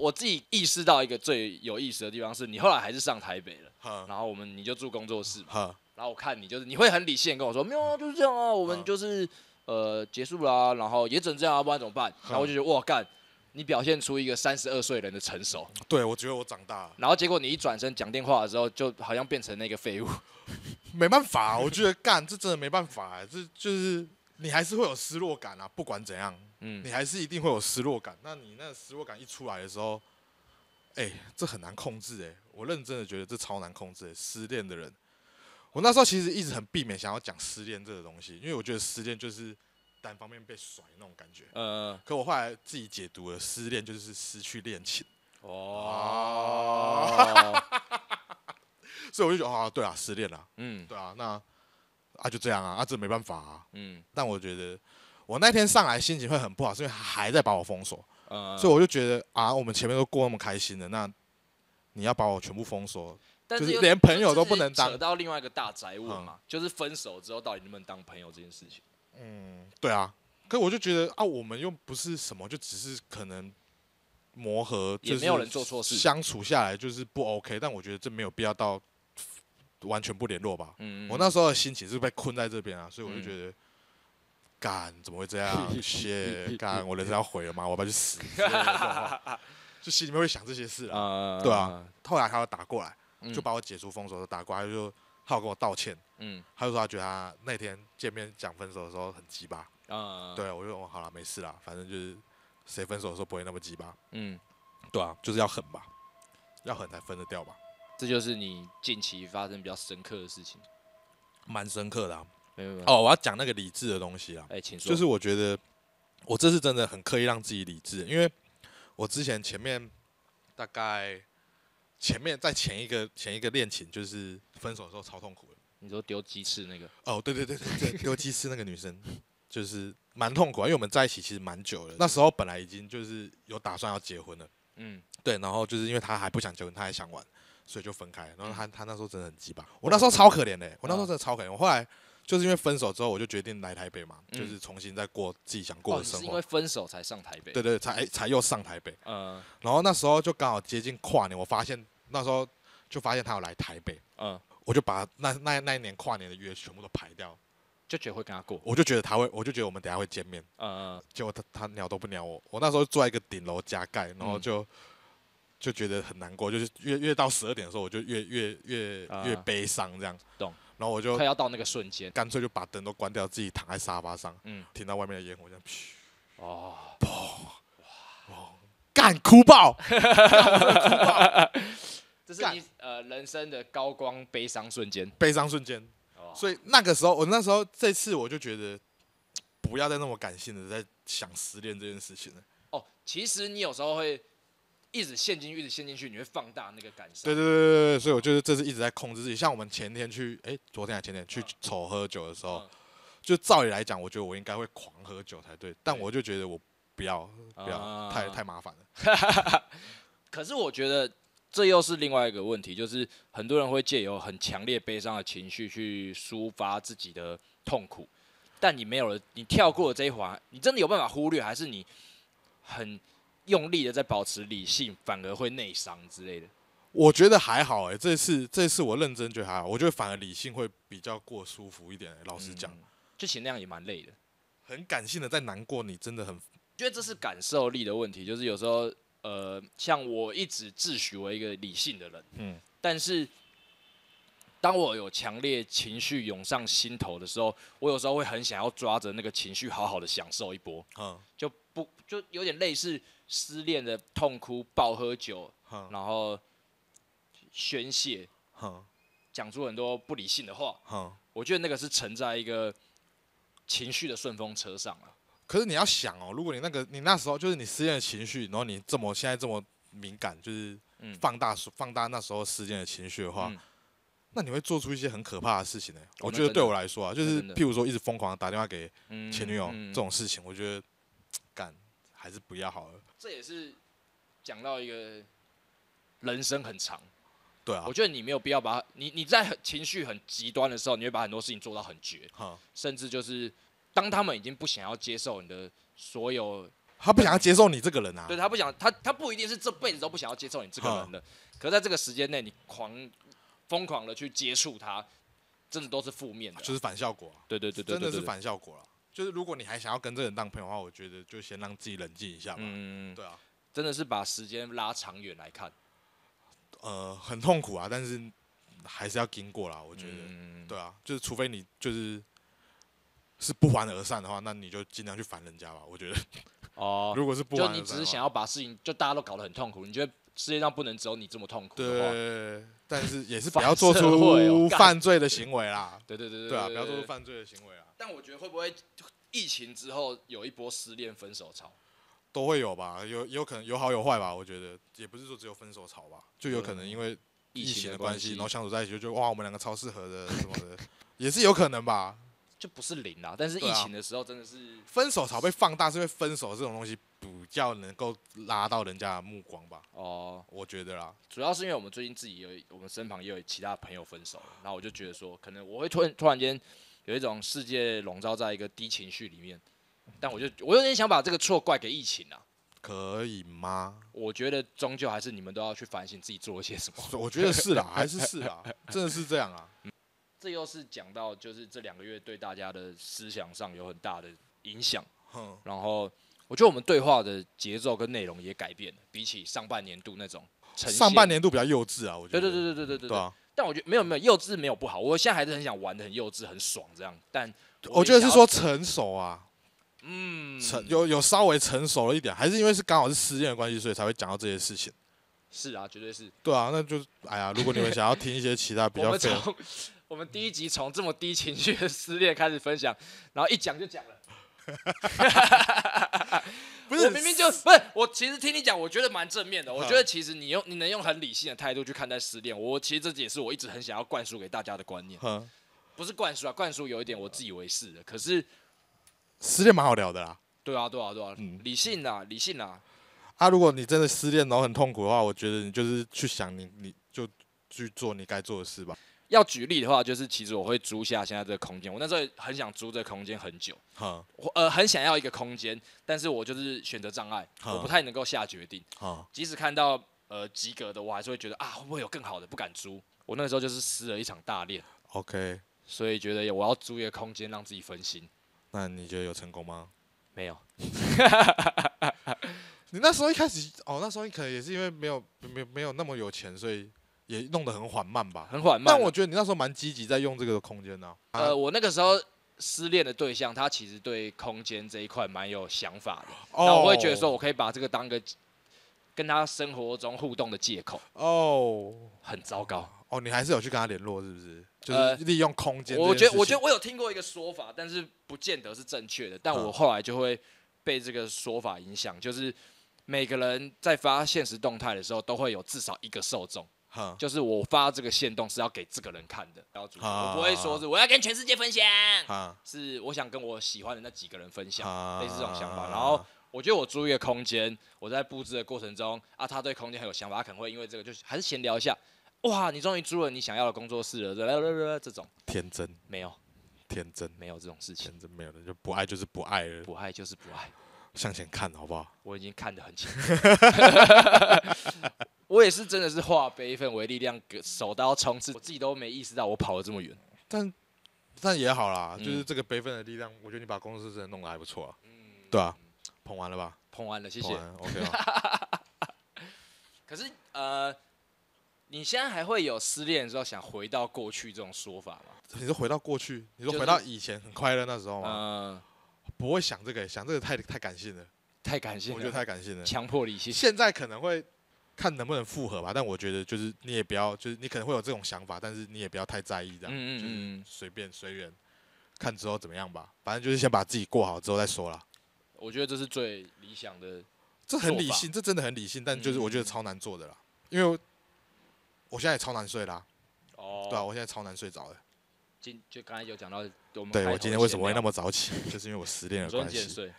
Speaker 2: 我自己意识到一个最有意思的地方是，你后来还是上台北了，
Speaker 1: 哈
Speaker 2: 然后我们你就住工作室嘛，
Speaker 1: 哈，
Speaker 2: 然后我看你就是你会很理性地跟我说，没有啊，就是这样啊，我们
Speaker 1: 嗯
Speaker 2: 就是呃结束啦、然后也只能这样啊，不然怎么办？然后我就觉得哇干，你表现出一个三十二岁人的成熟，
Speaker 1: 对我觉得我长大了，
Speaker 2: 然后结果你一转身讲电话的时候，就好像变成那个废物。
Speaker 1: 没办法啊、我觉得干这真的没办法、啊这就是你还是会有失落感啊，不管怎样，
Speaker 2: 嗯
Speaker 1: 你还是一定会有失落感。那你那个失落感一出来的时候，哎、这很难控制哎、我认真的觉得这超难控制、哎，失恋的人，我那时候其实一直很避免想要讲失恋这个东西，因为我觉得失恋就是单方面被甩那种感觉。
Speaker 2: 呃
Speaker 1: 可我后来自己解读了，失恋就是失去恋情，
Speaker 2: 哦，
Speaker 1: 所以我就觉得啊，对啊，失恋啦，
Speaker 2: 嗯
Speaker 1: 对啊，那啊就这样啊，啊这没办法啊。
Speaker 2: 嗯
Speaker 1: 但我觉得我那天上来心情会很不好，是因为他还在把我封锁，
Speaker 2: 呃，
Speaker 1: 所以我就觉得啊，我们前面都过那么开心了，那你要把我全部封锁，
Speaker 2: 但
Speaker 1: 就是
Speaker 2: 又
Speaker 1: 连朋友都不能
Speaker 2: 这是扯
Speaker 1: 当
Speaker 2: 到另外一个大宅问嘛，就是分手之后到底能不能当朋友这件事情。
Speaker 1: 嗯，对啊。可我就觉得啊，我们又不是什么，就只是可能磨合，
Speaker 2: 也
Speaker 1: 就是
Speaker 2: 没有人做错事
Speaker 1: 相处下来就是不 OK。但我觉得这没有必要到完全不联络吧。
Speaker 2: 嗯
Speaker 1: 我那时候的心情是被困在这边啊，所以我就
Speaker 2: 嗯
Speaker 1: 觉得，干、怎么会这样？谢干，我人生要毁了吗？我要不要去死？之类的这种 话就心里面会想这些事啊。
Speaker 2: 呃
Speaker 1: 对啊，后来他又打过来，
Speaker 2: 嗯
Speaker 1: 就把我解除封锁，打过来他就说他有跟我道歉，
Speaker 2: 嗯
Speaker 1: 他就说他觉得他那天见面讲分手的时候很鸡巴。
Speaker 2: 啊，
Speaker 1: 对，我就说哦好了，没事啦，反正就是谁分手的时候不会那么鸡巴。
Speaker 2: 嗯，
Speaker 1: 对啊，就是要狠吧，要狠才分得掉吧。
Speaker 2: 这就是你近期发生比较深刻的事情。
Speaker 1: 蛮深刻的、啊。
Speaker 2: 没有没有，
Speaker 1: 哦，我要讲那个理智的东西啊，
Speaker 2: 哎，请说，
Speaker 1: 就是我觉得我这次真的很刻意让自己理智，因为我之前前面大概前面在前一个前一个恋情就是分手的时候超痛苦的。
Speaker 2: 你说丢鸡翅那个，
Speaker 1: 哦，对对对对对，丢鸡翅那个女生就是蛮痛苦啊，因为我们在一起其实蛮久了，那时候本来已经就是有打算要结婚了，
Speaker 2: 嗯，
Speaker 1: 对，然后就是因为她还不想结婚，她还想玩，所以就分开了。然后她她那时候真的很鸡巴，我那时候超可怜的、欸我那时候真的超可怜。我后来就是因为分手之后，我就决定来台北嘛，
Speaker 2: 嗯
Speaker 1: 就是重新再过自己想过
Speaker 2: 哦，
Speaker 1: 的
Speaker 2: 你
Speaker 1: 生
Speaker 2: 是因
Speaker 1: 活。
Speaker 2: 为分手才上台北，
Speaker 1: 对，对，才才又上台北，
Speaker 2: 嗯
Speaker 1: 然后那时候就刚好接近跨年，我发现那时候就发现她有来台北，
Speaker 2: 嗯，
Speaker 1: 我就把那那那一年跨年的约全部都排掉，
Speaker 2: 就觉得会跟他过，
Speaker 1: 我就觉得他会，我就觉得我们等一下会见面，
Speaker 2: 嗯，嗯
Speaker 1: 结果他他鸟都不鸟我。我那时候住在一个顶楼加盖，然后
Speaker 2: 嗯
Speaker 1: 就、就觉得很难过，就是越越到十二点的时候，我就越越越、
Speaker 2: 啊
Speaker 1: 越悲伤这样。
Speaker 2: 懂。
Speaker 1: 然后我
Speaker 2: 嗯
Speaker 1: 就
Speaker 2: 快要到那个瞬间，
Speaker 1: 干脆就把灯都关掉，自己躺在沙发上，
Speaker 2: 嗯，
Speaker 1: 听到外面的烟火，这样噗
Speaker 2: 哦，
Speaker 1: 干哭爆。
Speaker 2: 这是你呃人生的高光悲伤瞬间，
Speaker 1: 悲伤瞬间。
Speaker 2: 哦
Speaker 1: 所以那个时候，我那时候这次我就觉得，不要再那么感性的在想失恋这件事情了。
Speaker 2: 哦，其实你有时候会一直陷进去，一直陷进去，你会放大那个感受。
Speaker 1: 对对对对对，所以我就是这次一直在控制自己。像我们前天去，哎、昨天还前天去
Speaker 2: 嗯
Speaker 1: 丑喝酒的时候
Speaker 2: 嗯，
Speaker 1: 就照理来讲，我觉得我应该会狂喝酒才对，但
Speaker 2: 对
Speaker 1: 我就觉得我不要不要，
Speaker 2: 啊
Speaker 1: 太太麻烦了。
Speaker 2: 可是我觉得这又是另外一个问题，就是很多人会借由很强烈悲伤的情绪去抒发自己的痛苦，但你没有了，你跳过了这一环，你真的有办法忽略，还是你很用力的在保持理性，反而会内伤之类的？
Speaker 1: 我觉得还好哎、这次这次我认真觉得还好，我觉得反而理性会比较过舒服一点、哎老实讲，
Speaker 2: 嗯就其实那样也蛮累的。
Speaker 1: 很感性的在难过，你真的很
Speaker 2: 我觉得这是感受力的问题，就是有时候，呃，像我一直自诩为一个理性的人，
Speaker 1: 嗯
Speaker 2: 但是当我有强烈情绪涌上心头的时候，我有时候会很想要抓着那个情绪好好的享受一波，
Speaker 1: 嗯
Speaker 2: 就不就有点类似失恋的痛哭、暴喝酒，
Speaker 1: 哼
Speaker 2: 然后宣泄，
Speaker 1: 哼
Speaker 2: 讲出很多不理性的话。
Speaker 1: 哼。
Speaker 2: 我觉得那个是乘在一个情绪的顺风车上啊了。
Speaker 1: 可是你要想哦，如果你那个你那时候就是你失恋的情绪，然后你这么现在这么敏感，就是
Speaker 2: 嗯
Speaker 1: 放大、放大那时候失恋的情绪的话，
Speaker 2: 嗯哦
Speaker 1: 那你会做出一些很可怕的事情呢、我
Speaker 2: 那
Speaker 1: 觉得
Speaker 2: 真
Speaker 1: 对
Speaker 2: 的
Speaker 1: 我来说啊，就是
Speaker 2: 真的
Speaker 1: 譬如说一直疯狂地打电话给
Speaker 2: 嗯
Speaker 1: 前女友这
Speaker 2: 嗯
Speaker 1: 种事情，我觉得嗯干还是不要好了。
Speaker 2: 这也是讲到一个人生很长，
Speaker 1: 对啊
Speaker 2: 我，觉得你没有必要把你你在很情绪很极端的时候，你会把很多事情做到很绝，
Speaker 1: 哈，
Speaker 2: 甚至就是当他们已经不想要接受你的所有，
Speaker 1: 他不想要接受你这个人啊。
Speaker 2: 对他不想他他不一定是这辈子都不想要接受你这个人
Speaker 1: 嗯
Speaker 2: 的，可在这个时间内你狂疯狂的去接触他，真的都是负面的，
Speaker 1: 就是反效果啊、
Speaker 2: 对对对对，
Speaker 1: 真的
Speaker 2: 对
Speaker 1: 是，反效果了、啊就是如果你还想要跟这个人当朋友的话，我觉得就先让自己冷静一下吧。
Speaker 2: 对对嗯，
Speaker 1: 对啊，
Speaker 2: 真的是把时间拉长远来看，
Speaker 1: 呃，很痛苦啊，但是还是要经过啦。我觉得，
Speaker 2: 嗯，
Speaker 1: 对啊，就是除非你就是是不欢而散的话，那你就尽量去烦人家吧。我觉得，
Speaker 2: 哦，
Speaker 1: 如果是不
Speaker 2: 就
Speaker 1: 欢而
Speaker 2: 你
Speaker 1: 散，
Speaker 2: 只是想。要把事情，就大家都搞得很痛苦，你觉得世界上不能只有你这么痛苦的话，
Speaker 1: 对，但是也是不
Speaker 2: 反
Speaker 1: 要做
Speaker 2: 社会
Speaker 1: 出
Speaker 2: 哦干
Speaker 1: 犯罪的行为啦。
Speaker 2: 对对对对
Speaker 1: 对啊，不要做出
Speaker 2: 对
Speaker 1: 犯罪的行为啦，啊
Speaker 2: 但我觉得会不会疫情之后有一波失恋分手潮？
Speaker 1: 都会有吧，有有可能有好有坏吧。我觉得也不是说只有分手潮吧，就有可
Speaker 2: 嗯
Speaker 1: 能因为疫情的关系，然后相处在一起就觉得哇，我们两个超适合的什么的，也是有可能吧。
Speaker 2: 就不是零啦，但是
Speaker 1: 对
Speaker 2: 疫
Speaker 1: 啊
Speaker 2: 情的时候真的是，
Speaker 1: 分手潮被放大是因为分手这种东西比较能够拉到人家的目光吧，
Speaker 2: 哦、
Speaker 1: 我觉得啦。
Speaker 2: 主要是因为我们最近自己有，我们身旁也有其他朋友分手了，然后我就觉得说，可能我会突然突然间有一种世界笼罩在一个低情绪里面，但我就我有点想把这个错怪给疫情啊，
Speaker 1: 可以吗？
Speaker 2: 我觉得终究还是你们都要去反省自己做了些什么。
Speaker 1: 我觉得是 啦，还是是啦，真的是这样啊。
Speaker 2: 这又是讲到就是这两个月对大家的思想上有很大的影响，
Speaker 1: 哼，
Speaker 2: 然后我觉得我们对话的节奏跟内容也改变了，比起上半年度那种呈现
Speaker 1: 上半年度比较幼稚啊，我觉
Speaker 2: 对
Speaker 1: 得。
Speaker 2: 对对对对对对
Speaker 1: 对啊，
Speaker 2: 但我觉得没有没有幼稚没有不好，我现在还是很想玩的很幼稚很爽这样，但
Speaker 1: 我觉得是说成熟啊，
Speaker 2: 嗯
Speaker 1: 成有有稍微成熟了一点，还是因为是刚好是失恋的关系，所以才会讲到这些事情。
Speaker 2: 是啊，绝对是
Speaker 1: 对啊，那就哎呀，如果你们想要听一些其他比
Speaker 2: 我
Speaker 1: 较
Speaker 2: 们
Speaker 1: 废的，
Speaker 2: 从我们第一集从这么低情绪的撕裂开始分享，然后一讲就讲了。
Speaker 1: 不是嗯
Speaker 2: 我明明就不是我，其实听你讲，我觉得蛮正面的。我觉得其实你用你能用很理性的态度去看待失恋，我其实这也是我一直很想要灌输给大家的观念，
Speaker 1: 哼，
Speaker 2: 不是灌输啊，灌输有一点我自以为是的，可是
Speaker 1: 失恋蛮好聊的啦。
Speaker 2: 对啊对啊对啊，
Speaker 1: 嗯
Speaker 2: 理性啊理性啊，
Speaker 1: 啊，如果你真的失恋然后很痛苦的话，我觉得你就是去想你，你就去做你该做的事吧。
Speaker 2: 要举例的话，就是其实我会租下现在这个空间，我那时候也很想租这个空间很久，
Speaker 1: 哼，
Speaker 2: 我呃很想要一个空间，但是我就是选择障碍，
Speaker 1: 啊
Speaker 2: 我不太能够下决定。
Speaker 1: 好，
Speaker 2: 即使看到呃及格的，我还是会觉得啊会不会有更好的，不敢租。我那个时候就是失了一场大恋，
Speaker 1: OK，
Speaker 2: 所以觉得我要租一个空间让自己分心。
Speaker 1: 那你觉得有成功吗？
Speaker 2: 没有，
Speaker 1: 你那时候一开始，哦，那时候你可能也是因为没有没有没有那么有钱，所以也弄得很缓慢吧。
Speaker 2: 很缓慢啊。
Speaker 1: 但我觉得你那时候蛮积极，在用这个空间呢、啊。
Speaker 2: 呃，我那个时候失恋的对象，他其实对空间这一块蛮有想法的，
Speaker 1: 哦
Speaker 2: 那我会觉得说，我可以把这个当个跟他生活中互动的借口，
Speaker 1: 哦
Speaker 2: 很糟糕。
Speaker 1: 哦，你还是有去跟他联络，是不是？就
Speaker 2: 呃
Speaker 1: 是利用空间这件事情、
Speaker 2: 我觉得，我觉得我有听过一个说法，但是不见得是正确的。但我
Speaker 1: 嗯
Speaker 2: 后来就会被这个说法影响，就是每个人在发现实动态的时候，都会有至少一个受众。
Speaker 1: 哈，
Speaker 2: 就是我发这个线动是要给这个人看的，不要主动
Speaker 1: 啊
Speaker 2: 我不会说是我要跟全世界分享，
Speaker 1: 哈
Speaker 2: 是我想跟我喜欢的那几个人分享，
Speaker 1: 哈
Speaker 2: 类似这种想法。然后我觉得我租一个空间，我在布置的过程中啊，他对空间很有想法，他可能会因为这个就是还是闲聊一下。哇，你终于租了你想要的工作室了，这这种
Speaker 1: 天真，
Speaker 2: 没有
Speaker 1: 天真，
Speaker 2: 没有这种事情，
Speaker 1: 天真没有了，就不爱就是不爱了，
Speaker 2: 不爱就是不爱，
Speaker 1: 向前看好不好？
Speaker 2: 我已经看得很 清楚。我也是真的是化悲愤为力量，手刀冲刺，我自己都没意识到我跑了这么远。
Speaker 1: 但但也好啦，
Speaker 2: 嗯
Speaker 1: 就是这个悲愤的力量，我觉得你把公司真的弄得还不错、啊。对啊，捧完了吧？
Speaker 2: 碰完了，嗯谢
Speaker 1: 捧
Speaker 2: 谢
Speaker 1: 完。了 OK 啊。
Speaker 2: 可是呃，你现在还会有失恋的时候想回到过去这种说法吗？
Speaker 1: 你是回到过去，你
Speaker 2: 就是
Speaker 1: 说回到以前很快乐那时候
Speaker 2: 嗯、
Speaker 1: 吗？不会想这个、想这个太太感性了，
Speaker 2: 太感性
Speaker 1: 我觉得
Speaker 2: 了，
Speaker 1: 太感性了。
Speaker 2: 强迫理性。
Speaker 1: 现在可能会看能不能复合吧，但我觉得就是你也不要，就是你可能会有这种想法，但是你也不要太在意这样，
Speaker 2: 嗯嗯嗯嗯
Speaker 1: 就是随便随缘，看之后怎么样吧。反正就是先把自己过好之后再说啦。
Speaker 2: 我觉得这是最理想的。
Speaker 1: 这很理
Speaker 2: 做法
Speaker 1: 性，这真的很理性，但就是
Speaker 2: 嗯
Speaker 1: 我觉得超难做的啦，因为我我现在也超难睡啦，
Speaker 2: 哦，
Speaker 1: 对啊，我现在超难睡着的。
Speaker 2: 今就刚才有讲到我们。
Speaker 1: 对我今天为什么会那？么早起， 就是因为我失恋
Speaker 2: 你
Speaker 1: 的
Speaker 2: 说
Speaker 1: 关
Speaker 2: 你几点
Speaker 1: 系。
Speaker 2: 睡？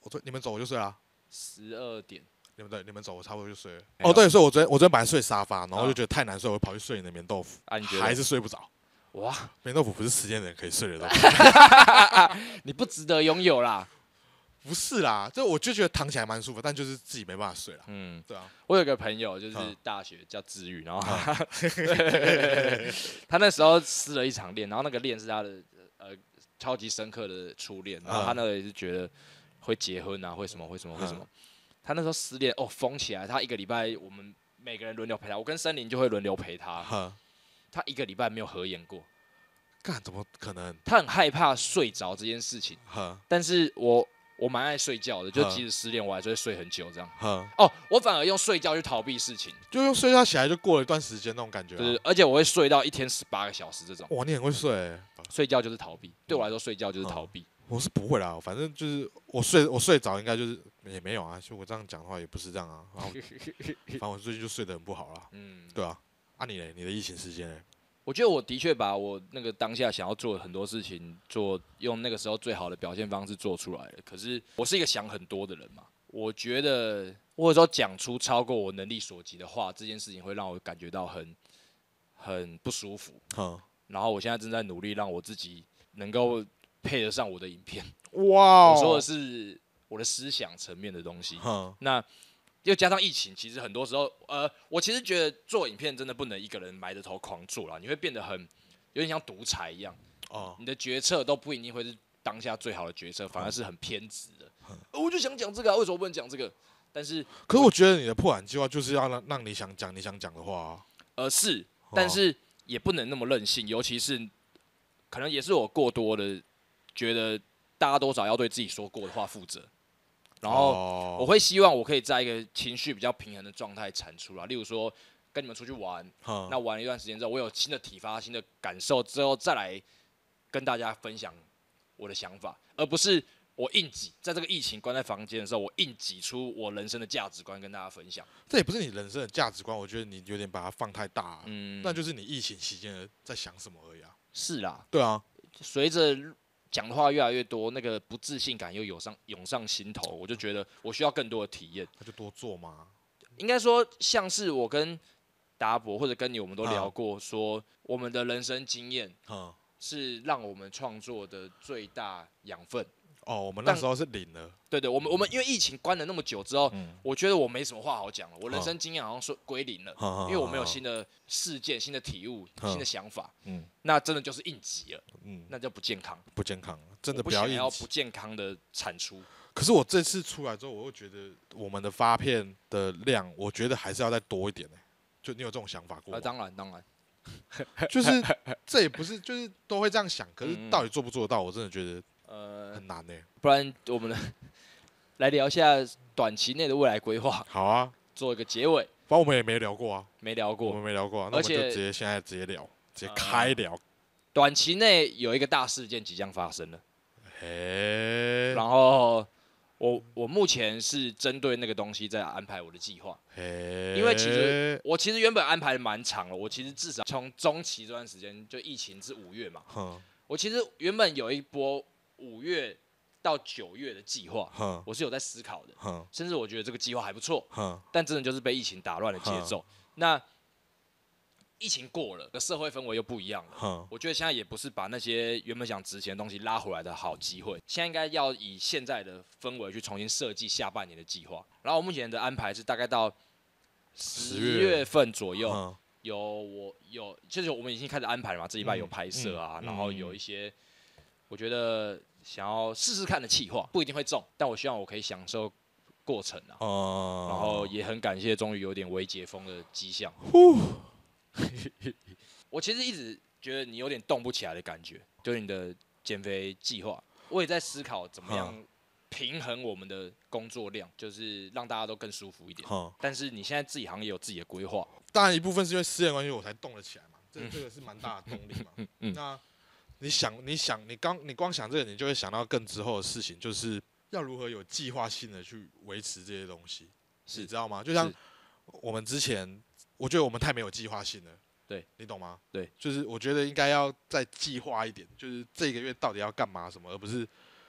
Speaker 1: 我说你们走我就睡啦，
Speaker 2: 十二点。
Speaker 1: 你们对你们走我差不多就睡了。
Speaker 2: 没有
Speaker 1: 哦，对，所以我昨天我昨天本来睡沙发，然后
Speaker 2: 啊
Speaker 1: 就觉得太难睡，我就跑去睡你的棉豆腐，
Speaker 2: 啊，你觉得
Speaker 1: 还是睡不着。
Speaker 2: 哇，
Speaker 1: 棉豆腐不是失恋的人可以睡的 东西。
Speaker 2: 你不值得拥有啦。
Speaker 1: 不是啦，就我就觉得躺起来蛮舒服，但就是自己没办法睡啦。
Speaker 2: 嗯，
Speaker 1: 对啊，
Speaker 2: 我有个朋友就是
Speaker 1: 嗯
Speaker 2: 大学叫治愈，然后他
Speaker 1: 嗯
Speaker 2: 他那时候失了一场恋，然后那个恋是他的呃超级深刻的初恋，然后他
Speaker 1: 嗯
Speaker 2: 那时候也是觉得会结婚啊，会什么会什么会什么，他那时候失恋哦疯起来，他一个礼拜我们每个人轮流陪他，我跟森林就会轮流陪他，
Speaker 1: 哈，
Speaker 2: 他一个礼拜没有合眼过，
Speaker 1: 干怎么可能？
Speaker 2: 他很害怕睡着这件事情，
Speaker 1: 哈
Speaker 2: 但是我我蛮爱睡觉的，就
Speaker 1: 嗯
Speaker 2: 即使失恋我还是会睡很久这样。
Speaker 1: 哈，
Speaker 2: 哦，我反而用睡觉去逃避事情。
Speaker 1: 就用睡觉起来就过了一段时间那种感觉、啊。
Speaker 2: 就是，而且我会睡到一天十八个小时这种，
Speaker 1: 哇，你很会睡欸、
Speaker 2: 睡觉就是逃避，对我来说睡觉就是逃避。
Speaker 1: 我是不会啦，反正就是我睡我睡着应该就是也没有啊，就我这样讲的话也不是这样啊。 然后反正我最近就睡得很不好啦。
Speaker 2: 嗯，
Speaker 1: 对啊，啊你嘞，你的疫情时间嘞，
Speaker 2: 我觉得我的确把我那个当下想要做的很多事情做，用那个时候最好的表现方式做出来了。可是我是一个想很多的人嘛，我觉得我有时候讲出超过我能力所及的话，这件事情会让我感觉到很很不舒服。
Speaker 1: 哈，
Speaker 2: 然后我现在正在努力让我自己能够配得上我的影片。
Speaker 1: 哇哦
Speaker 2: 我说的是我的思想层面的东西。
Speaker 1: 哈，
Speaker 2: 那又加上疫情，其实很多时候，呃，我其实觉得做影片真的不能一个人埋着头狂做啦，你会变得很有点像独裁一样，
Speaker 1: 哦，
Speaker 2: 你的决策都不一定会是当下最好的决策，反而是很偏执的。呃我就想讲这个、啊，为什么不能讲这个？但是，
Speaker 1: 可是我觉得你的破产计划就是要让让你想讲你想讲的话、啊，
Speaker 2: 呃，是，但
Speaker 1: 哦
Speaker 2: 是也不能那么任性，尤其是可能也是我过多的觉得大家多少要对自己说过的话负责，然后
Speaker 1: 哦
Speaker 2: 我会希望我可以在一个情绪比较平衡的状态产出啦。例如说，跟你们出去玩，
Speaker 1: 嗯
Speaker 2: 那玩一段时间之后，我有新的体发、新的感受之后，再来跟大家分享我的想法，而不是我硬挤，在这个疫情关在房间的时候，我硬挤出我人生的价值观跟大家分享。
Speaker 1: 这也不是你人生的价值观，我觉得你有点把它放太大、了。
Speaker 2: 嗯
Speaker 1: 那就是你疫情期间的在想什么而已啊。
Speaker 2: 是啦，
Speaker 1: 对啊，
Speaker 2: 随着讲的话越来越多，那个不自信感又涌上涌上心头，我就觉得我需要更多的体验。
Speaker 1: 那就多做嘛。
Speaker 2: 应该说，像是我跟达博或者跟你，我们都聊过，说我们的人生经验
Speaker 1: 嗯，
Speaker 2: 是让我们创作的最大养分。
Speaker 1: 哦，我们那
Speaker 2: 但
Speaker 1: 时候是领了，
Speaker 2: 对对，我们我们因为疫情关了那么久之后，
Speaker 1: 嗯，
Speaker 2: 我觉得我没什么话好讲了，我人
Speaker 1: 嗯
Speaker 2: 生经验好像说归零了，
Speaker 1: 因
Speaker 2: 因为我没有，新的事件、新的体悟、
Speaker 1: 嗯
Speaker 2: 新的想法，
Speaker 1: 嗯
Speaker 2: 那真的就是应急了，
Speaker 1: 嗯，
Speaker 2: 那就不健康，
Speaker 1: 不健康，真的
Speaker 2: 我不
Speaker 1: 要
Speaker 2: 想要
Speaker 1: 硬
Speaker 2: 不
Speaker 1: 挤。
Speaker 2: 健康的产出。
Speaker 1: 可是我这次出来之后，我又觉得我们的发片的量，我觉得还是要再多一点呢、就你有这种想法过
Speaker 2: 啊，
Speaker 1: 吗？
Speaker 2: 当然当然，
Speaker 1: 就是这也不是，就是都会这样想，可
Speaker 2: 嗯
Speaker 1: 是
Speaker 2: 嗯
Speaker 1: 到底做不做得到，我真的觉得
Speaker 2: 呃，
Speaker 1: 很难呢、欸
Speaker 2: 不然我们的 来聊一下短期内的未来规划，
Speaker 1: 好啊，
Speaker 2: 做一个结尾。
Speaker 1: 反正我们也没聊过啊，
Speaker 2: 没聊
Speaker 1: 我
Speaker 2: 嗯过，
Speaker 1: 们没聊过啊，那我们
Speaker 2: 而
Speaker 1: 就
Speaker 2: 且
Speaker 1: 直接现在直接聊，直接
Speaker 2: 啊
Speaker 1: 开聊。
Speaker 2: 短期内有一个大事件即将发生了，
Speaker 1: 嘿，
Speaker 2: 然后我我目前是针对那个东西在安排我的计划。
Speaker 1: 嘿，
Speaker 2: 因为其实我其实原本安排的蛮长了，我其实至少从中期这段时间，就疫情至五月嘛，
Speaker 1: 哼
Speaker 2: 我其实原本有一波五月到九月的计划，
Speaker 1: 哼
Speaker 2: 我是有在思考的，
Speaker 1: 哼
Speaker 2: 甚至我觉得这个计划还不错，
Speaker 1: 哼，
Speaker 2: 但真的就是被疫情打乱了节奏。那疫情过了，的社会氛围又不一样了。
Speaker 1: 哼，
Speaker 2: 我觉得现在也不是把那些原本想值钱的东西拉回来的好机会，现在应该要以现在的氛围去重新设计下半年的计划。然后我目前的安排是大概到
Speaker 1: 10
Speaker 2: 十月份左右，
Speaker 1: 哼
Speaker 2: 有我有就是我们已经开始安排了嘛，这礼拜有拍摄啊，
Speaker 1: 嗯嗯
Speaker 2: 然后有一些我觉得想要试试看的企划，不一定会中，但我希望我可以享受过程啊。
Speaker 1: 哦，
Speaker 2: 然后也很感谢，终于有点微解封的迹象。 我其实一直觉得你有点动不起来的感觉，就是你的减肥计划。我也在思考怎么样平衡我们的工作量，就是让大家都更舒服一点。
Speaker 1: 哼，
Speaker 2: 但是你现在自己好像也有自己的规划，
Speaker 1: 当然一部分是因为私人关系我才动了起来嘛，这
Speaker 2: 嗯
Speaker 1: 这个是蛮大的动力嘛。
Speaker 2: 嗯
Speaker 1: 那你想，你想，你刚你光想这个，你就会想到更之后的事情，就是要如何有计划性的去维持这些东西，
Speaker 2: 是
Speaker 1: 你知道吗？就像
Speaker 2: 是
Speaker 1: 我们之前，我觉得我们太没有计划性了。
Speaker 2: 对，
Speaker 1: 你懂吗？
Speaker 2: 对，
Speaker 1: 就是我觉得应该要再计划一点，就是这个月到底要干嘛什么，而不是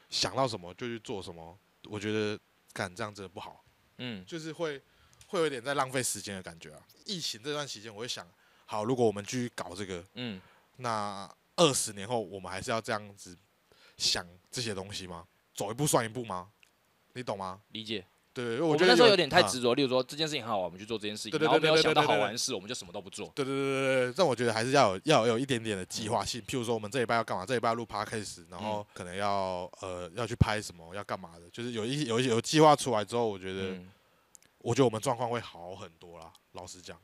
Speaker 1: 想到什么就去做什么。我觉得干这样真的不好。
Speaker 2: 嗯，
Speaker 1: 就是会会有点在浪费时间的感觉啊。疫情这段期间，我会想，好，如果我们继续搞这个，
Speaker 2: 嗯，
Speaker 1: 那二十年后我们还是要这样子想这些东西吗？走一步算一步吗？你懂吗？
Speaker 2: 理解。
Speaker 1: 对，
Speaker 2: 我
Speaker 1: 我觉得
Speaker 2: 们那时候有点太
Speaker 1: 啊
Speaker 2: 执着，例如说这件事情很好玩，我们去做这件事情，
Speaker 1: 对对
Speaker 2: 然后没有
Speaker 1: 对对
Speaker 2: 想到
Speaker 1: 对对
Speaker 2: 好
Speaker 1: 对
Speaker 2: 玩的事，我们就什么都不做。
Speaker 1: 对对对对对，但我觉得还是要有要有一点点的计划性。譬如说，我们这礼拜要干嘛？这礼拜要录 podcast，然后可能要呃要去拍什么，要干嘛的？就是有一有一有计划出来之后，我觉得、
Speaker 2: 嗯，
Speaker 1: 我觉得我们状况会好很多啦。老实讲，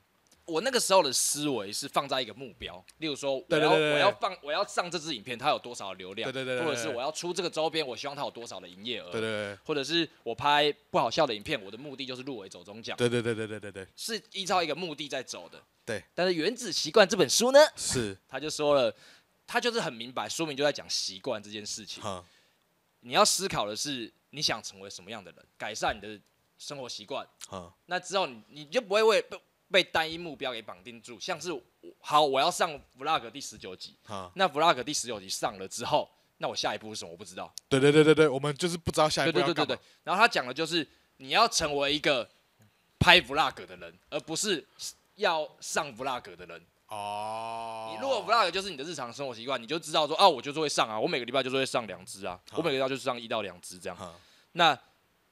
Speaker 2: 我那个时候的思维是放在一个目标，例如说我
Speaker 1: 对对
Speaker 2: 要
Speaker 1: 对对
Speaker 2: 我要放我要上这支影片，它有多少流量，
Speaker 1: 对对对对对
Speaker 2: 或者是我要出这个周边，我希望它有多少的营业额，
Speaker 1: 对对
Speaker 2: 或者是我拍不好笑的影片，我的目的就是入围走中奖，
Speaker 1: 对对对对对对对对，
Speaker 2: 是依照一个目的在走的。
Speaker 1: 对，
Speaker 2: 但是《原子习惯》这本书呢，
Speaker 1: 是，
Speaker 2: 他就说了，他就是很明白，说明就在讲习惯这件事情。
Speaker 1: 哼。
Speaker 2: 你要思考的是，你想成为什么样的人，改善你的生活习惯，
Speaker 1: 嗯
Speaker 2: 那之后你你就不会为被被单一目标给绑定住，像是我好我要上 vlog 第十九集，
Speaker 1: 嗯，
Speaker 2: 那 vlog 第十九集上了之后，那我下一步是什么我不知道。
Speaker 1: 对对对对对，我们就是不知道下一
Speaker 2: 对
Speaker 1: 步
Speaker 2: 对
Speaker 1: 要
Speaker 2: 对
Speaker 1: 干嘛。
Speaker 2: 对对，然后他讲的就是你要成为一个拍 vlog 的人，而不是要上 vlog 的人。
Speaker 1: 哦，
Speaker 2: 你如果 vlog 就是你的日常生活习惯，你就知道说啊，我就是会上啊，我每个礼拜就是会上两支啊，
Speaker 1: 好
Speaker 2: 我每个礼拜就是上一到两支这样，
Speaker 1: 嗯
Speaker 2: 那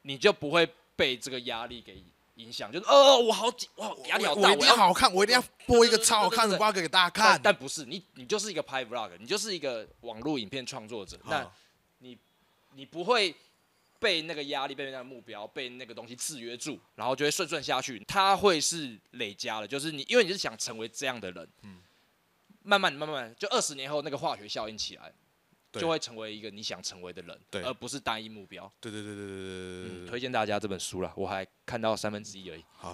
Speaker 2: 你就不会被这个压力给影响，就是哦，我好紧，哇，压力好
Speaker 1: 我
Speaker 2: 大，
Speaker 1: 我一
Speaker 2: 我
Speaker 1: 定
Speaker 2: 要
Speaker 1: 要好看，我一定要播一个
Speaker 2: 对对对
Speaker 1: 超好看
Speaker 2: 对对
Speaker 1: 的
Speaker 2: 对
Speaker 1: 瓜给大家看
Speaker 2: 但。但不是你，你就是一个拍 vlog，你就是一个网络影片创作者，那
Speaker 1: 嗯
Speaker 2: 你不会被那个压力、被那个目标、被那个东西制约住，然后就会顺顺下去。它会是累加的，就是你因为你是想成为这样的人，
Speaker 1: 嗯
Speaker 2: 慢慢慢慢就二十年后那个化学效应起来，
Speaker 1: 对
Speaker 2: 就会成为一个你想成为的人，
Speaker 1: 对
Speaker 2: 而不是单一目标。
Speaker 1: 对对对对对对对
Speaker 2: 嗯，
Speaker 1: 对，
Speaker 2: 推荐大家这本书啦，我还看到三分之一而已。
Speaker 1: 好，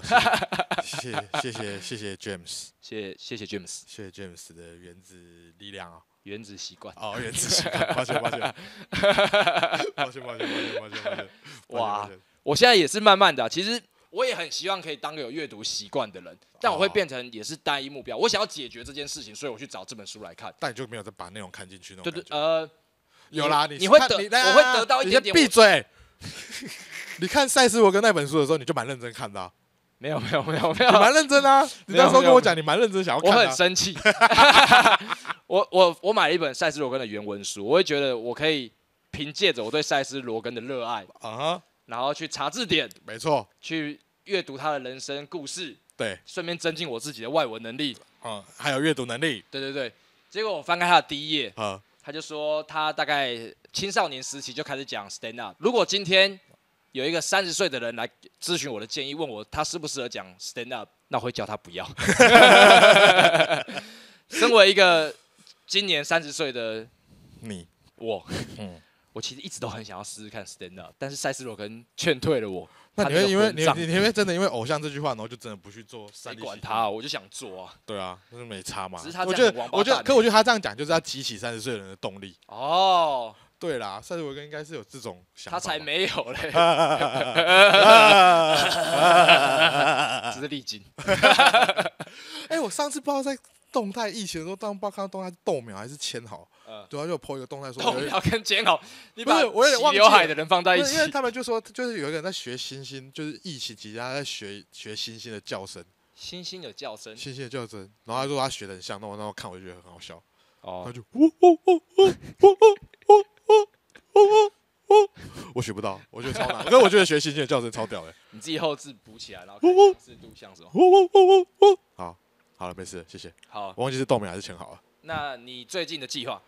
Speaker 1: 谢谢谢谢谢谢谢谢 James，
Speaker 2: 谢谢谢 James，《
Speaker 1: 谢谢 James 的原子力量啊，
Speaker 2: 原子习 惯》
Speaker 1: 哦，原子习惯，抱歉抱歉，抱歉抱歉抱歉抱歉抱歉抱歉，
Speaker 2: 哇
Speaker 1: 抱歉，
Speaker 2: 我现在也是慢慢的啊、其实我也很希望可以当个有阅读习惯的人，但我会变成也是单一目标，我想要解决这件事情，所以我去找这本书来看。
Speaker 1: 但你就没有再把内容看进去那
Speaker 2: 对
Speaker 1: 种
Speaker 2: 对
Speaker 1: 感，觉，
Speaker 2: 呃，
Speaker 1: 有啦，
Speaker 2: 你
Speaker 1: 你
Speaker 2: 你会
Speaker 1: 看
Speaker 2: 得
Speaker 1: 你
Speaker 2: 我会得到一
Speaker 1: 你
Speaker 2: 点
Speaker 1: 先闭
Speaker 2: 点我
Speaker 1: 嘴。你看塞斯伯格那本书的时候，你就蛮认真看的啊、
Speaker 2: 没有没有没 有没有
Speaker 1: 你，蛮认真啊！你
Speaker 2: 没有
Speaker 1: 那时候
Speaker 2: 没有
Speaker 1: 跟我讲，你蛮认真想要
Speaker 2: 我
Speaker 1: 看的、
Speaker 2: 很
Speaker 1: 啊。
Speaker 2: 生气。 我我我买了一本塞斯罗根的原文书，我会觉得我可以凭借着我对塞斯罗根的热爱，
Speaker 1: 啊哈，
Speaker 2: 然后去查字典，
Speaker 1: 没错，
Speaker 2: 去阅读他的人生故事，
Speaker 1: 对，
Speaker 2: 顺便增进我自己的外文能力。
Speaker 1: 嗯，还有阅读能力，
Speaker 2: 对对对。结果我翻开他的第一页，
Speaker 1: 啊，
Speaker 2: 他就说他大概青少年时期就开始讲 stand up。如果今天有一个三十岁的人来咨询我的建议，问我他适不适合讲 stand up，那我会叫他不要。 身为一个今年三十岁的
Speaker 1: 你，
Speaker 2: 我，
Speaker 1: 嗯，
Speaker 2: 我其实一直都很想要试试看 stand up，但是赛斯罗根劝退了我。
Speaker 1: 那
Speaker 2: 他
Speaker 1: 你
Speaker 2: 那
Speaker 1: 会
Speaker 2: 个
Speaker 1: 因为
Speaker 2: 混
Speaker 1: 你
Speaker 2: 账
Speaker 1: 你你会真的因为偶像这句话，然后就真的不去做
Speaker 2: 谁
Speaker 1: 三
Speaker 2: 管他、？我就想做啊。
Speaker 1: 对啊，那就没差嘛。
Speaker 2: 只是他这
Speaker 1: 我
Speaker 2: 样
Speaker 1: 觉
Speaker 2: 很王
Speaker 1: 得，
Speaker 2: 八
Speaker 1: 我觉得，
Speaker 2: 蛋
Speaker 1: 可
Speaker 2: 欸
Speaker 1: 我觉得他这样讲就是要激起三十岁人的动力。
Speaker 2: 哦，
Speaker 1: 对啦，塞斯伯格应该是有这种想法
Speaker 2: 他
Speaker 1: 吧。
Speaker 2: 才没有嘞，只是历经。
Speaker 1: 哎、我上次不知道在动态疫情的时候，当不知道看到动态是豆苗还是签好，
Speaker 2: 嗯，
Speaker 1: 对啊，就 po 一个动态说
Speaker 2: 动
Speaker 1: 有一
Speaker 2: 摇跟煎熬，你
Speaker 1: 不是
Speaker 2: 把
Speaker 1: 我有点
Speaker 2: 洗
Speaker 1: 忘记
Speaker 2: 刘海
Speaker 1: 了
Speaker 2: 的人放在一
Speaker 1: 不是因为
Speaker 2: 起。
Speaker 1: 他们就说，就是有一个人在学星星，就是疫情期间他在学学星星的叫声，
Speaker 2: 星星有叫声
Speaker 1: 星星的叫声，然后他说他学的很像，那我那我看我就觉得很好笑，他
Speaker 2: 哦，
Speaker 1: 就呜呜呜呜呜呜呜呜呜，哦我学不到，我觉得超难，可是我觉得学星星的叫声超屌的，
Speaker 2: 你自己后置补起来，然后
Speaker 1: 呜呜
Speaker 2: 制度像什么？
Speaker 1: 呜呜呜呜呜，好，好了，没事了，谢谢，
Speaker 2: 好，
Speaker 1: 我忘记是豆苗还是签好了。
Speaker 2: 那你最近的计划，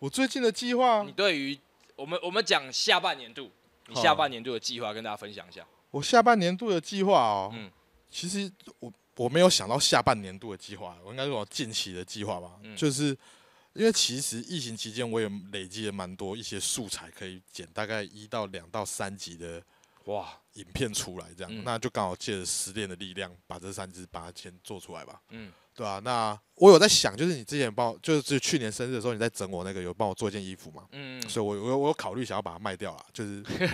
Speaker 1: 我最近的计划
Speaker 2: 你，对于我们我们讲下半年度，你下半年度的计划跟大家分享一下。
Speaker 1: 我下半年度的计划哦，
Speaker 2: 嗯
Speaker 1: 其实我我没有想到下半年度的计划，我应该说我近期的计划吧，
Speaker 2: 嗯
Speaker 1: 就是因为其实疫情期间我也累积了蛮多一些素材可以剪，大概一到两到三集的
Speaker 2: 哇，
Speaker 1: 影片出来，这样，
Speaker 2: 嗯
Speaker 1: 那就刚好借着失恋的力量，把这三支把它先做出来吧。
Speaker 2: 嗯，
Speaker 1: 对啊，那我有在想，就是你之前帮我，就是去年生日的时候，你在整我那个有帮我做一件衣服嘛，
Speaker 2: 嗯，
Speaker 1: 所以我我有我有考虑想要把它卖掉啦，就是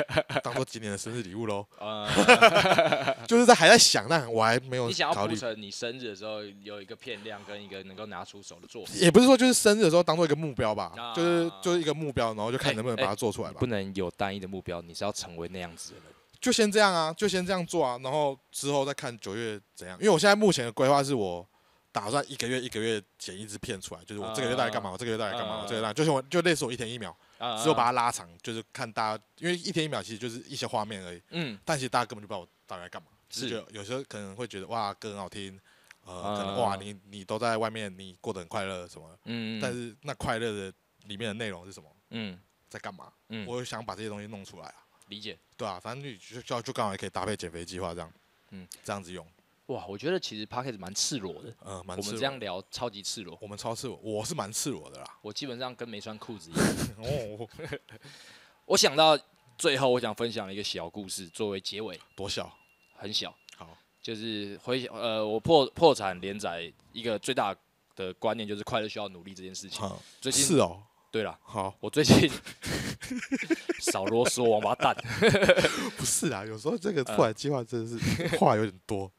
Speaker 1: 当做今年的生日礼物喽。
Speaker 2: 呃，
Speaker 1: 就是在还在想，但我还没有
Speaker 2: 你想要
Speaker 1: 考
Speaker 2: 铺
Speaker 1: 虑。
Speaker 2: 成你生日的时候有一个片量跟一个能够拿出手的作品，
Speaker 1: 也不是说就是生日的时候当做一个目标吧，
Speaker 2: 啊
Speaker 1: 就是就是一个目标，然后就
Speaker 2: 哎
Speaker 1: 看能不能把
Speaker 2: 哎
Speaker 1: 它做出来吧。
Speaker 2: 不能有单一的目标，你是要成为那样子的人。
Speaker 1: 就先这样啊，就先这样做啊，然后之后再看九月怎样。因为我现在目前的规划是我打算一个月一个月剪一支片出来，就是我这个月大概干嘛，我这个月大概干嘛，
Speaker 2: 啊
Speaker 1: 我这个月大概就是我就类似我一天一秒，
Speaker 2: 啊
Speaker 1: 只有把它拉长，就是看大家，因为一天一秒其实就是一些画面而已，
Speaker 2: 嗯，
Speaker 1: 但其实大家根本就不知道我大概在干嘛。只
Speaker 2: 是
Speaker 1: 是觉得有时候可能会觉得哇歌很好听，呃，
Speaker 2: 啊
Speaker 1: 可能哇你你都在外面，你过得很快乐什么的。
Speaker 2: 嗯，
Speaker 1: 但是那快乐的里面的内容是什么，
Speaker 2: 嗯
Speaker 1: 在干嘛？
Speaker 2: 嗯
Speaker 1: 我想把这些东西弄出来啊，
Speaker 2: 理解。
Speaker 1: 对啊，反正你就就就刚好也可以搭配减肥计划这样，
Speaker 2: 嗯
Speaker 1: 嗯，这样子用，
Speaker 2: 哇，我觉得其实 p a c k e t 蛮赤裸的，
Speaker 1: 呃，蛮
Speaker 2: 我
Speaker 1: 赤裸
Speaker 2: 们这样聊超级赤裸。。
Speaker 1: 我们超赤裸，我是蛮赤裸的啦
Speaker 2: 我基本上跟没穿裤子一样。
Speaker 1: 哦，
Speaker 2: 我想到最后，我想分享一个小故事作为结尾，
Speaker 1: 多小，
Speaker 2: 很小，
Speaker 1: 好，
Speaker 2: 就是回呃，我破破产连载一个最大的观念就是快乐需要努力这件事情。
Speaker 1: 好，
Speaker 2: 最近
Speaker 1: 是哦，
Speaker 2: 对了，
Speaker 1: 好，
Speaker 2: 我最近 少啰嗦，王 八蛋。
Speaker 1: 不是啊，有时候这
Speaker 2: 呃
Speaker 1: 个突然计划真的 是话有点多，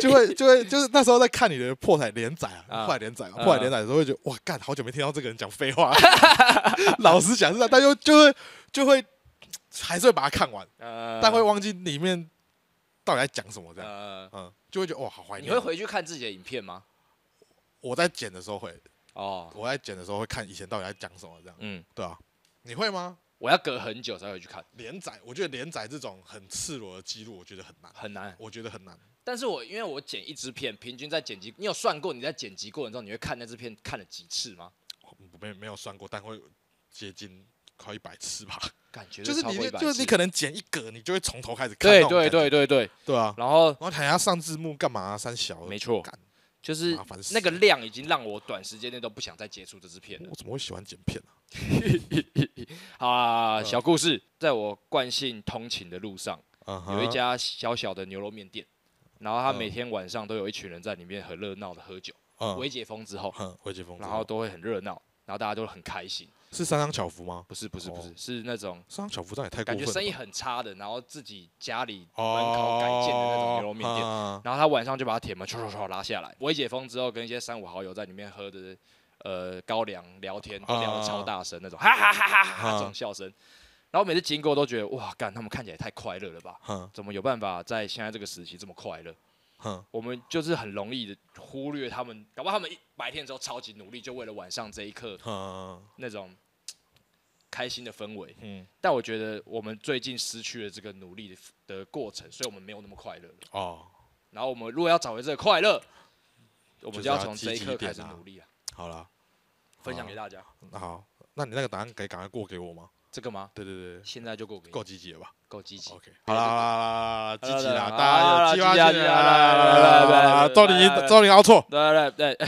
Speaker 1: 就会就会就是那时候在看你的破产连载
Speaker 2: 啊
Speaker 1: 啊，破产连载啊，
Speaker 2: 嗯
Speaker 1: 破产连载的时候会觉得哇，干，好久没听到这个人讲废话了， 老实讲是这样，但又就会就会还是会把它看完。
Speaker 2: 呃
Speaker 1: 但会忘记里面到底在讲什么，这样，
Speaker 2: 呃，
Speaker 1: 嗯，就会觉得哇，好怀
Speaker 2: 你
Speaker 1: 念
Speaker 2: 会
Speaker 1: 哦。
Speaker 2: 回去看自己的影片吗？
Speaker 1: 我在剪的时候会，
Speaker 2: 哦，
Speaker 1: 我在剪的时候会看以前到底在讲什么，这样，
Speaker 2: 嗯，
Speaker 1: 对啊，你会吗？
Speaker 2: 我要隔很久才会去看，
Speaker 1: 连载，我觉得连载这种很赤裸的记录，我觉得很难，
Speaker 2: 很难。
Speaker 1: 我觉得很难。
Speaker 2: 但是我因为我剪一支片，平均在剪辑，你有算过你在剪辑过程中你会看那支片看了几次吗？
Speaker 1: 我没没有算过，但会接近快一百次 吧。
Speaker 2: 感觉
Speaker 1: 就是
Speaker 2: 超
Speaker 1: 你
Speaker 2: 过
Speaker 1: 那，
Speaker 2: 100
Speaker 1: 就是
Speaker 2: 次
Speaker 1: 你可能剪一格，你就会从头开始看那
Speaker 2: 对
Speaker 1: 种感
Speaker 2: 对
Speaker 1: 觉。
Speaker 2: 对对对，
Speaker 1: 对啊，
Speaker 2: 然后
Speaker 1: 然后还要上字幕干嘛啊？三小的
Speaker 2: 没错
Speaker 1: 干
Speaker 2: 就是
Speaker 1: 麻烦死
Speaker 2: 那个
Speaker 1: 了
Speaker 2: 量已经让我短时间内都不想再接触这支片了。
Speaker 1: 我怎么会喜欢剪片呢、
Speaker 2: 好啊，
Speaker 1: 嗯
Speaker 2: 小故事，在我惯性通勤的路上，
Speaker 1: 啊？嗯哼
Speaker 2: 有一家小小的牛肉面店，然后他
Speaker 1: 嗯
Speaker 2: 每天晚上都有一群人在里面很热闹的喝酒，
Speaker 1: 嗯，
Speaker 2: 微解封之后，
Speaker 1: 嗯，微解封之
Speaker 2: 然
Speaker 1: 后，
Speaker 2: 后都会很热闹，然后大家都很开心。
Speaker 1: 是三张巧福吗？
Speaker 2: 不是不是不
Speaker 1: 哦
Speaker 2: 是，是那种
Speaker 1: 三张巧福这样也太过
Speaker 2: 感
Speaker 1: 分
Speaker 2: 觉
Speaker 1: 了吧，
Speaker 2: 生意很差的，然后自己家里门
Speaker 1: 哦
Speaker 2: 口改建的那种牛肉面店，
Speaker 1: 啊
Speaker 2: 然后他晚上就把铁门唰唰唰拉下来。我一解封之后，跟一些三五好友在里面喝的，呃，高粱聊天，都聊得超大声那种，哈哈哈哈哈哈
Speaker 1: 啊
Speaker 2: 这种笑声。然后每次经过都觉得哇，干他们看起来也太快乐了吧？
Speaker 1: 哼
Speaker 2: 怎么有办法在现在这个时期这么快乐？
Speaker 1: 哼，
Speaker 2: 我们就是很容易的忽略他们，搞不好他们一白天的时候超级努力，就为了晚上这一刻
Speaker 1: 哼，
Speaker 2: 那种开心的氛围。
Speaker 1: 嗯，
Speaker 2: 但我觉得我们最近失去了这个努力的的过程，所以我们没有那么快乐了。
Speaker 1: 哦，
Speaker 2: 然后我们如果要找回这个快乐，我
Speaker 1: 就是
Speaker 2: 们就要
Speaker 1: 要
Speaker 2: 从
Speaker 1: 积
Speaker 2: 这一
Speaker 1: 极
Speaker 2: 刻
Speaker 1: 一
Speaker 2: 开
Speaker 1: 点
Speaker 2: 始
Speaker 1: 啊
Speaker 2: 努力啊！
Speaker 1: 好啦，
Speaker 2: 分享给大家，
Speaker 1: 那好，那你那个答案可以赶快过给我吗？
Speaker 2: 这个吗？
Speaker 1: 对对对，
Speaker 2: 现在就够给你
Speaker 1: 够积极了吧
Speaker 2: 够积极，
Speaker 1: ？OK，好啦好啦好啦，积极啦，
Speaker 2: 好啦
Speaker 1: 大家有计划性啦啦啦啦啦啦啦，终于终于熬错，
Speaker 2: 对对对，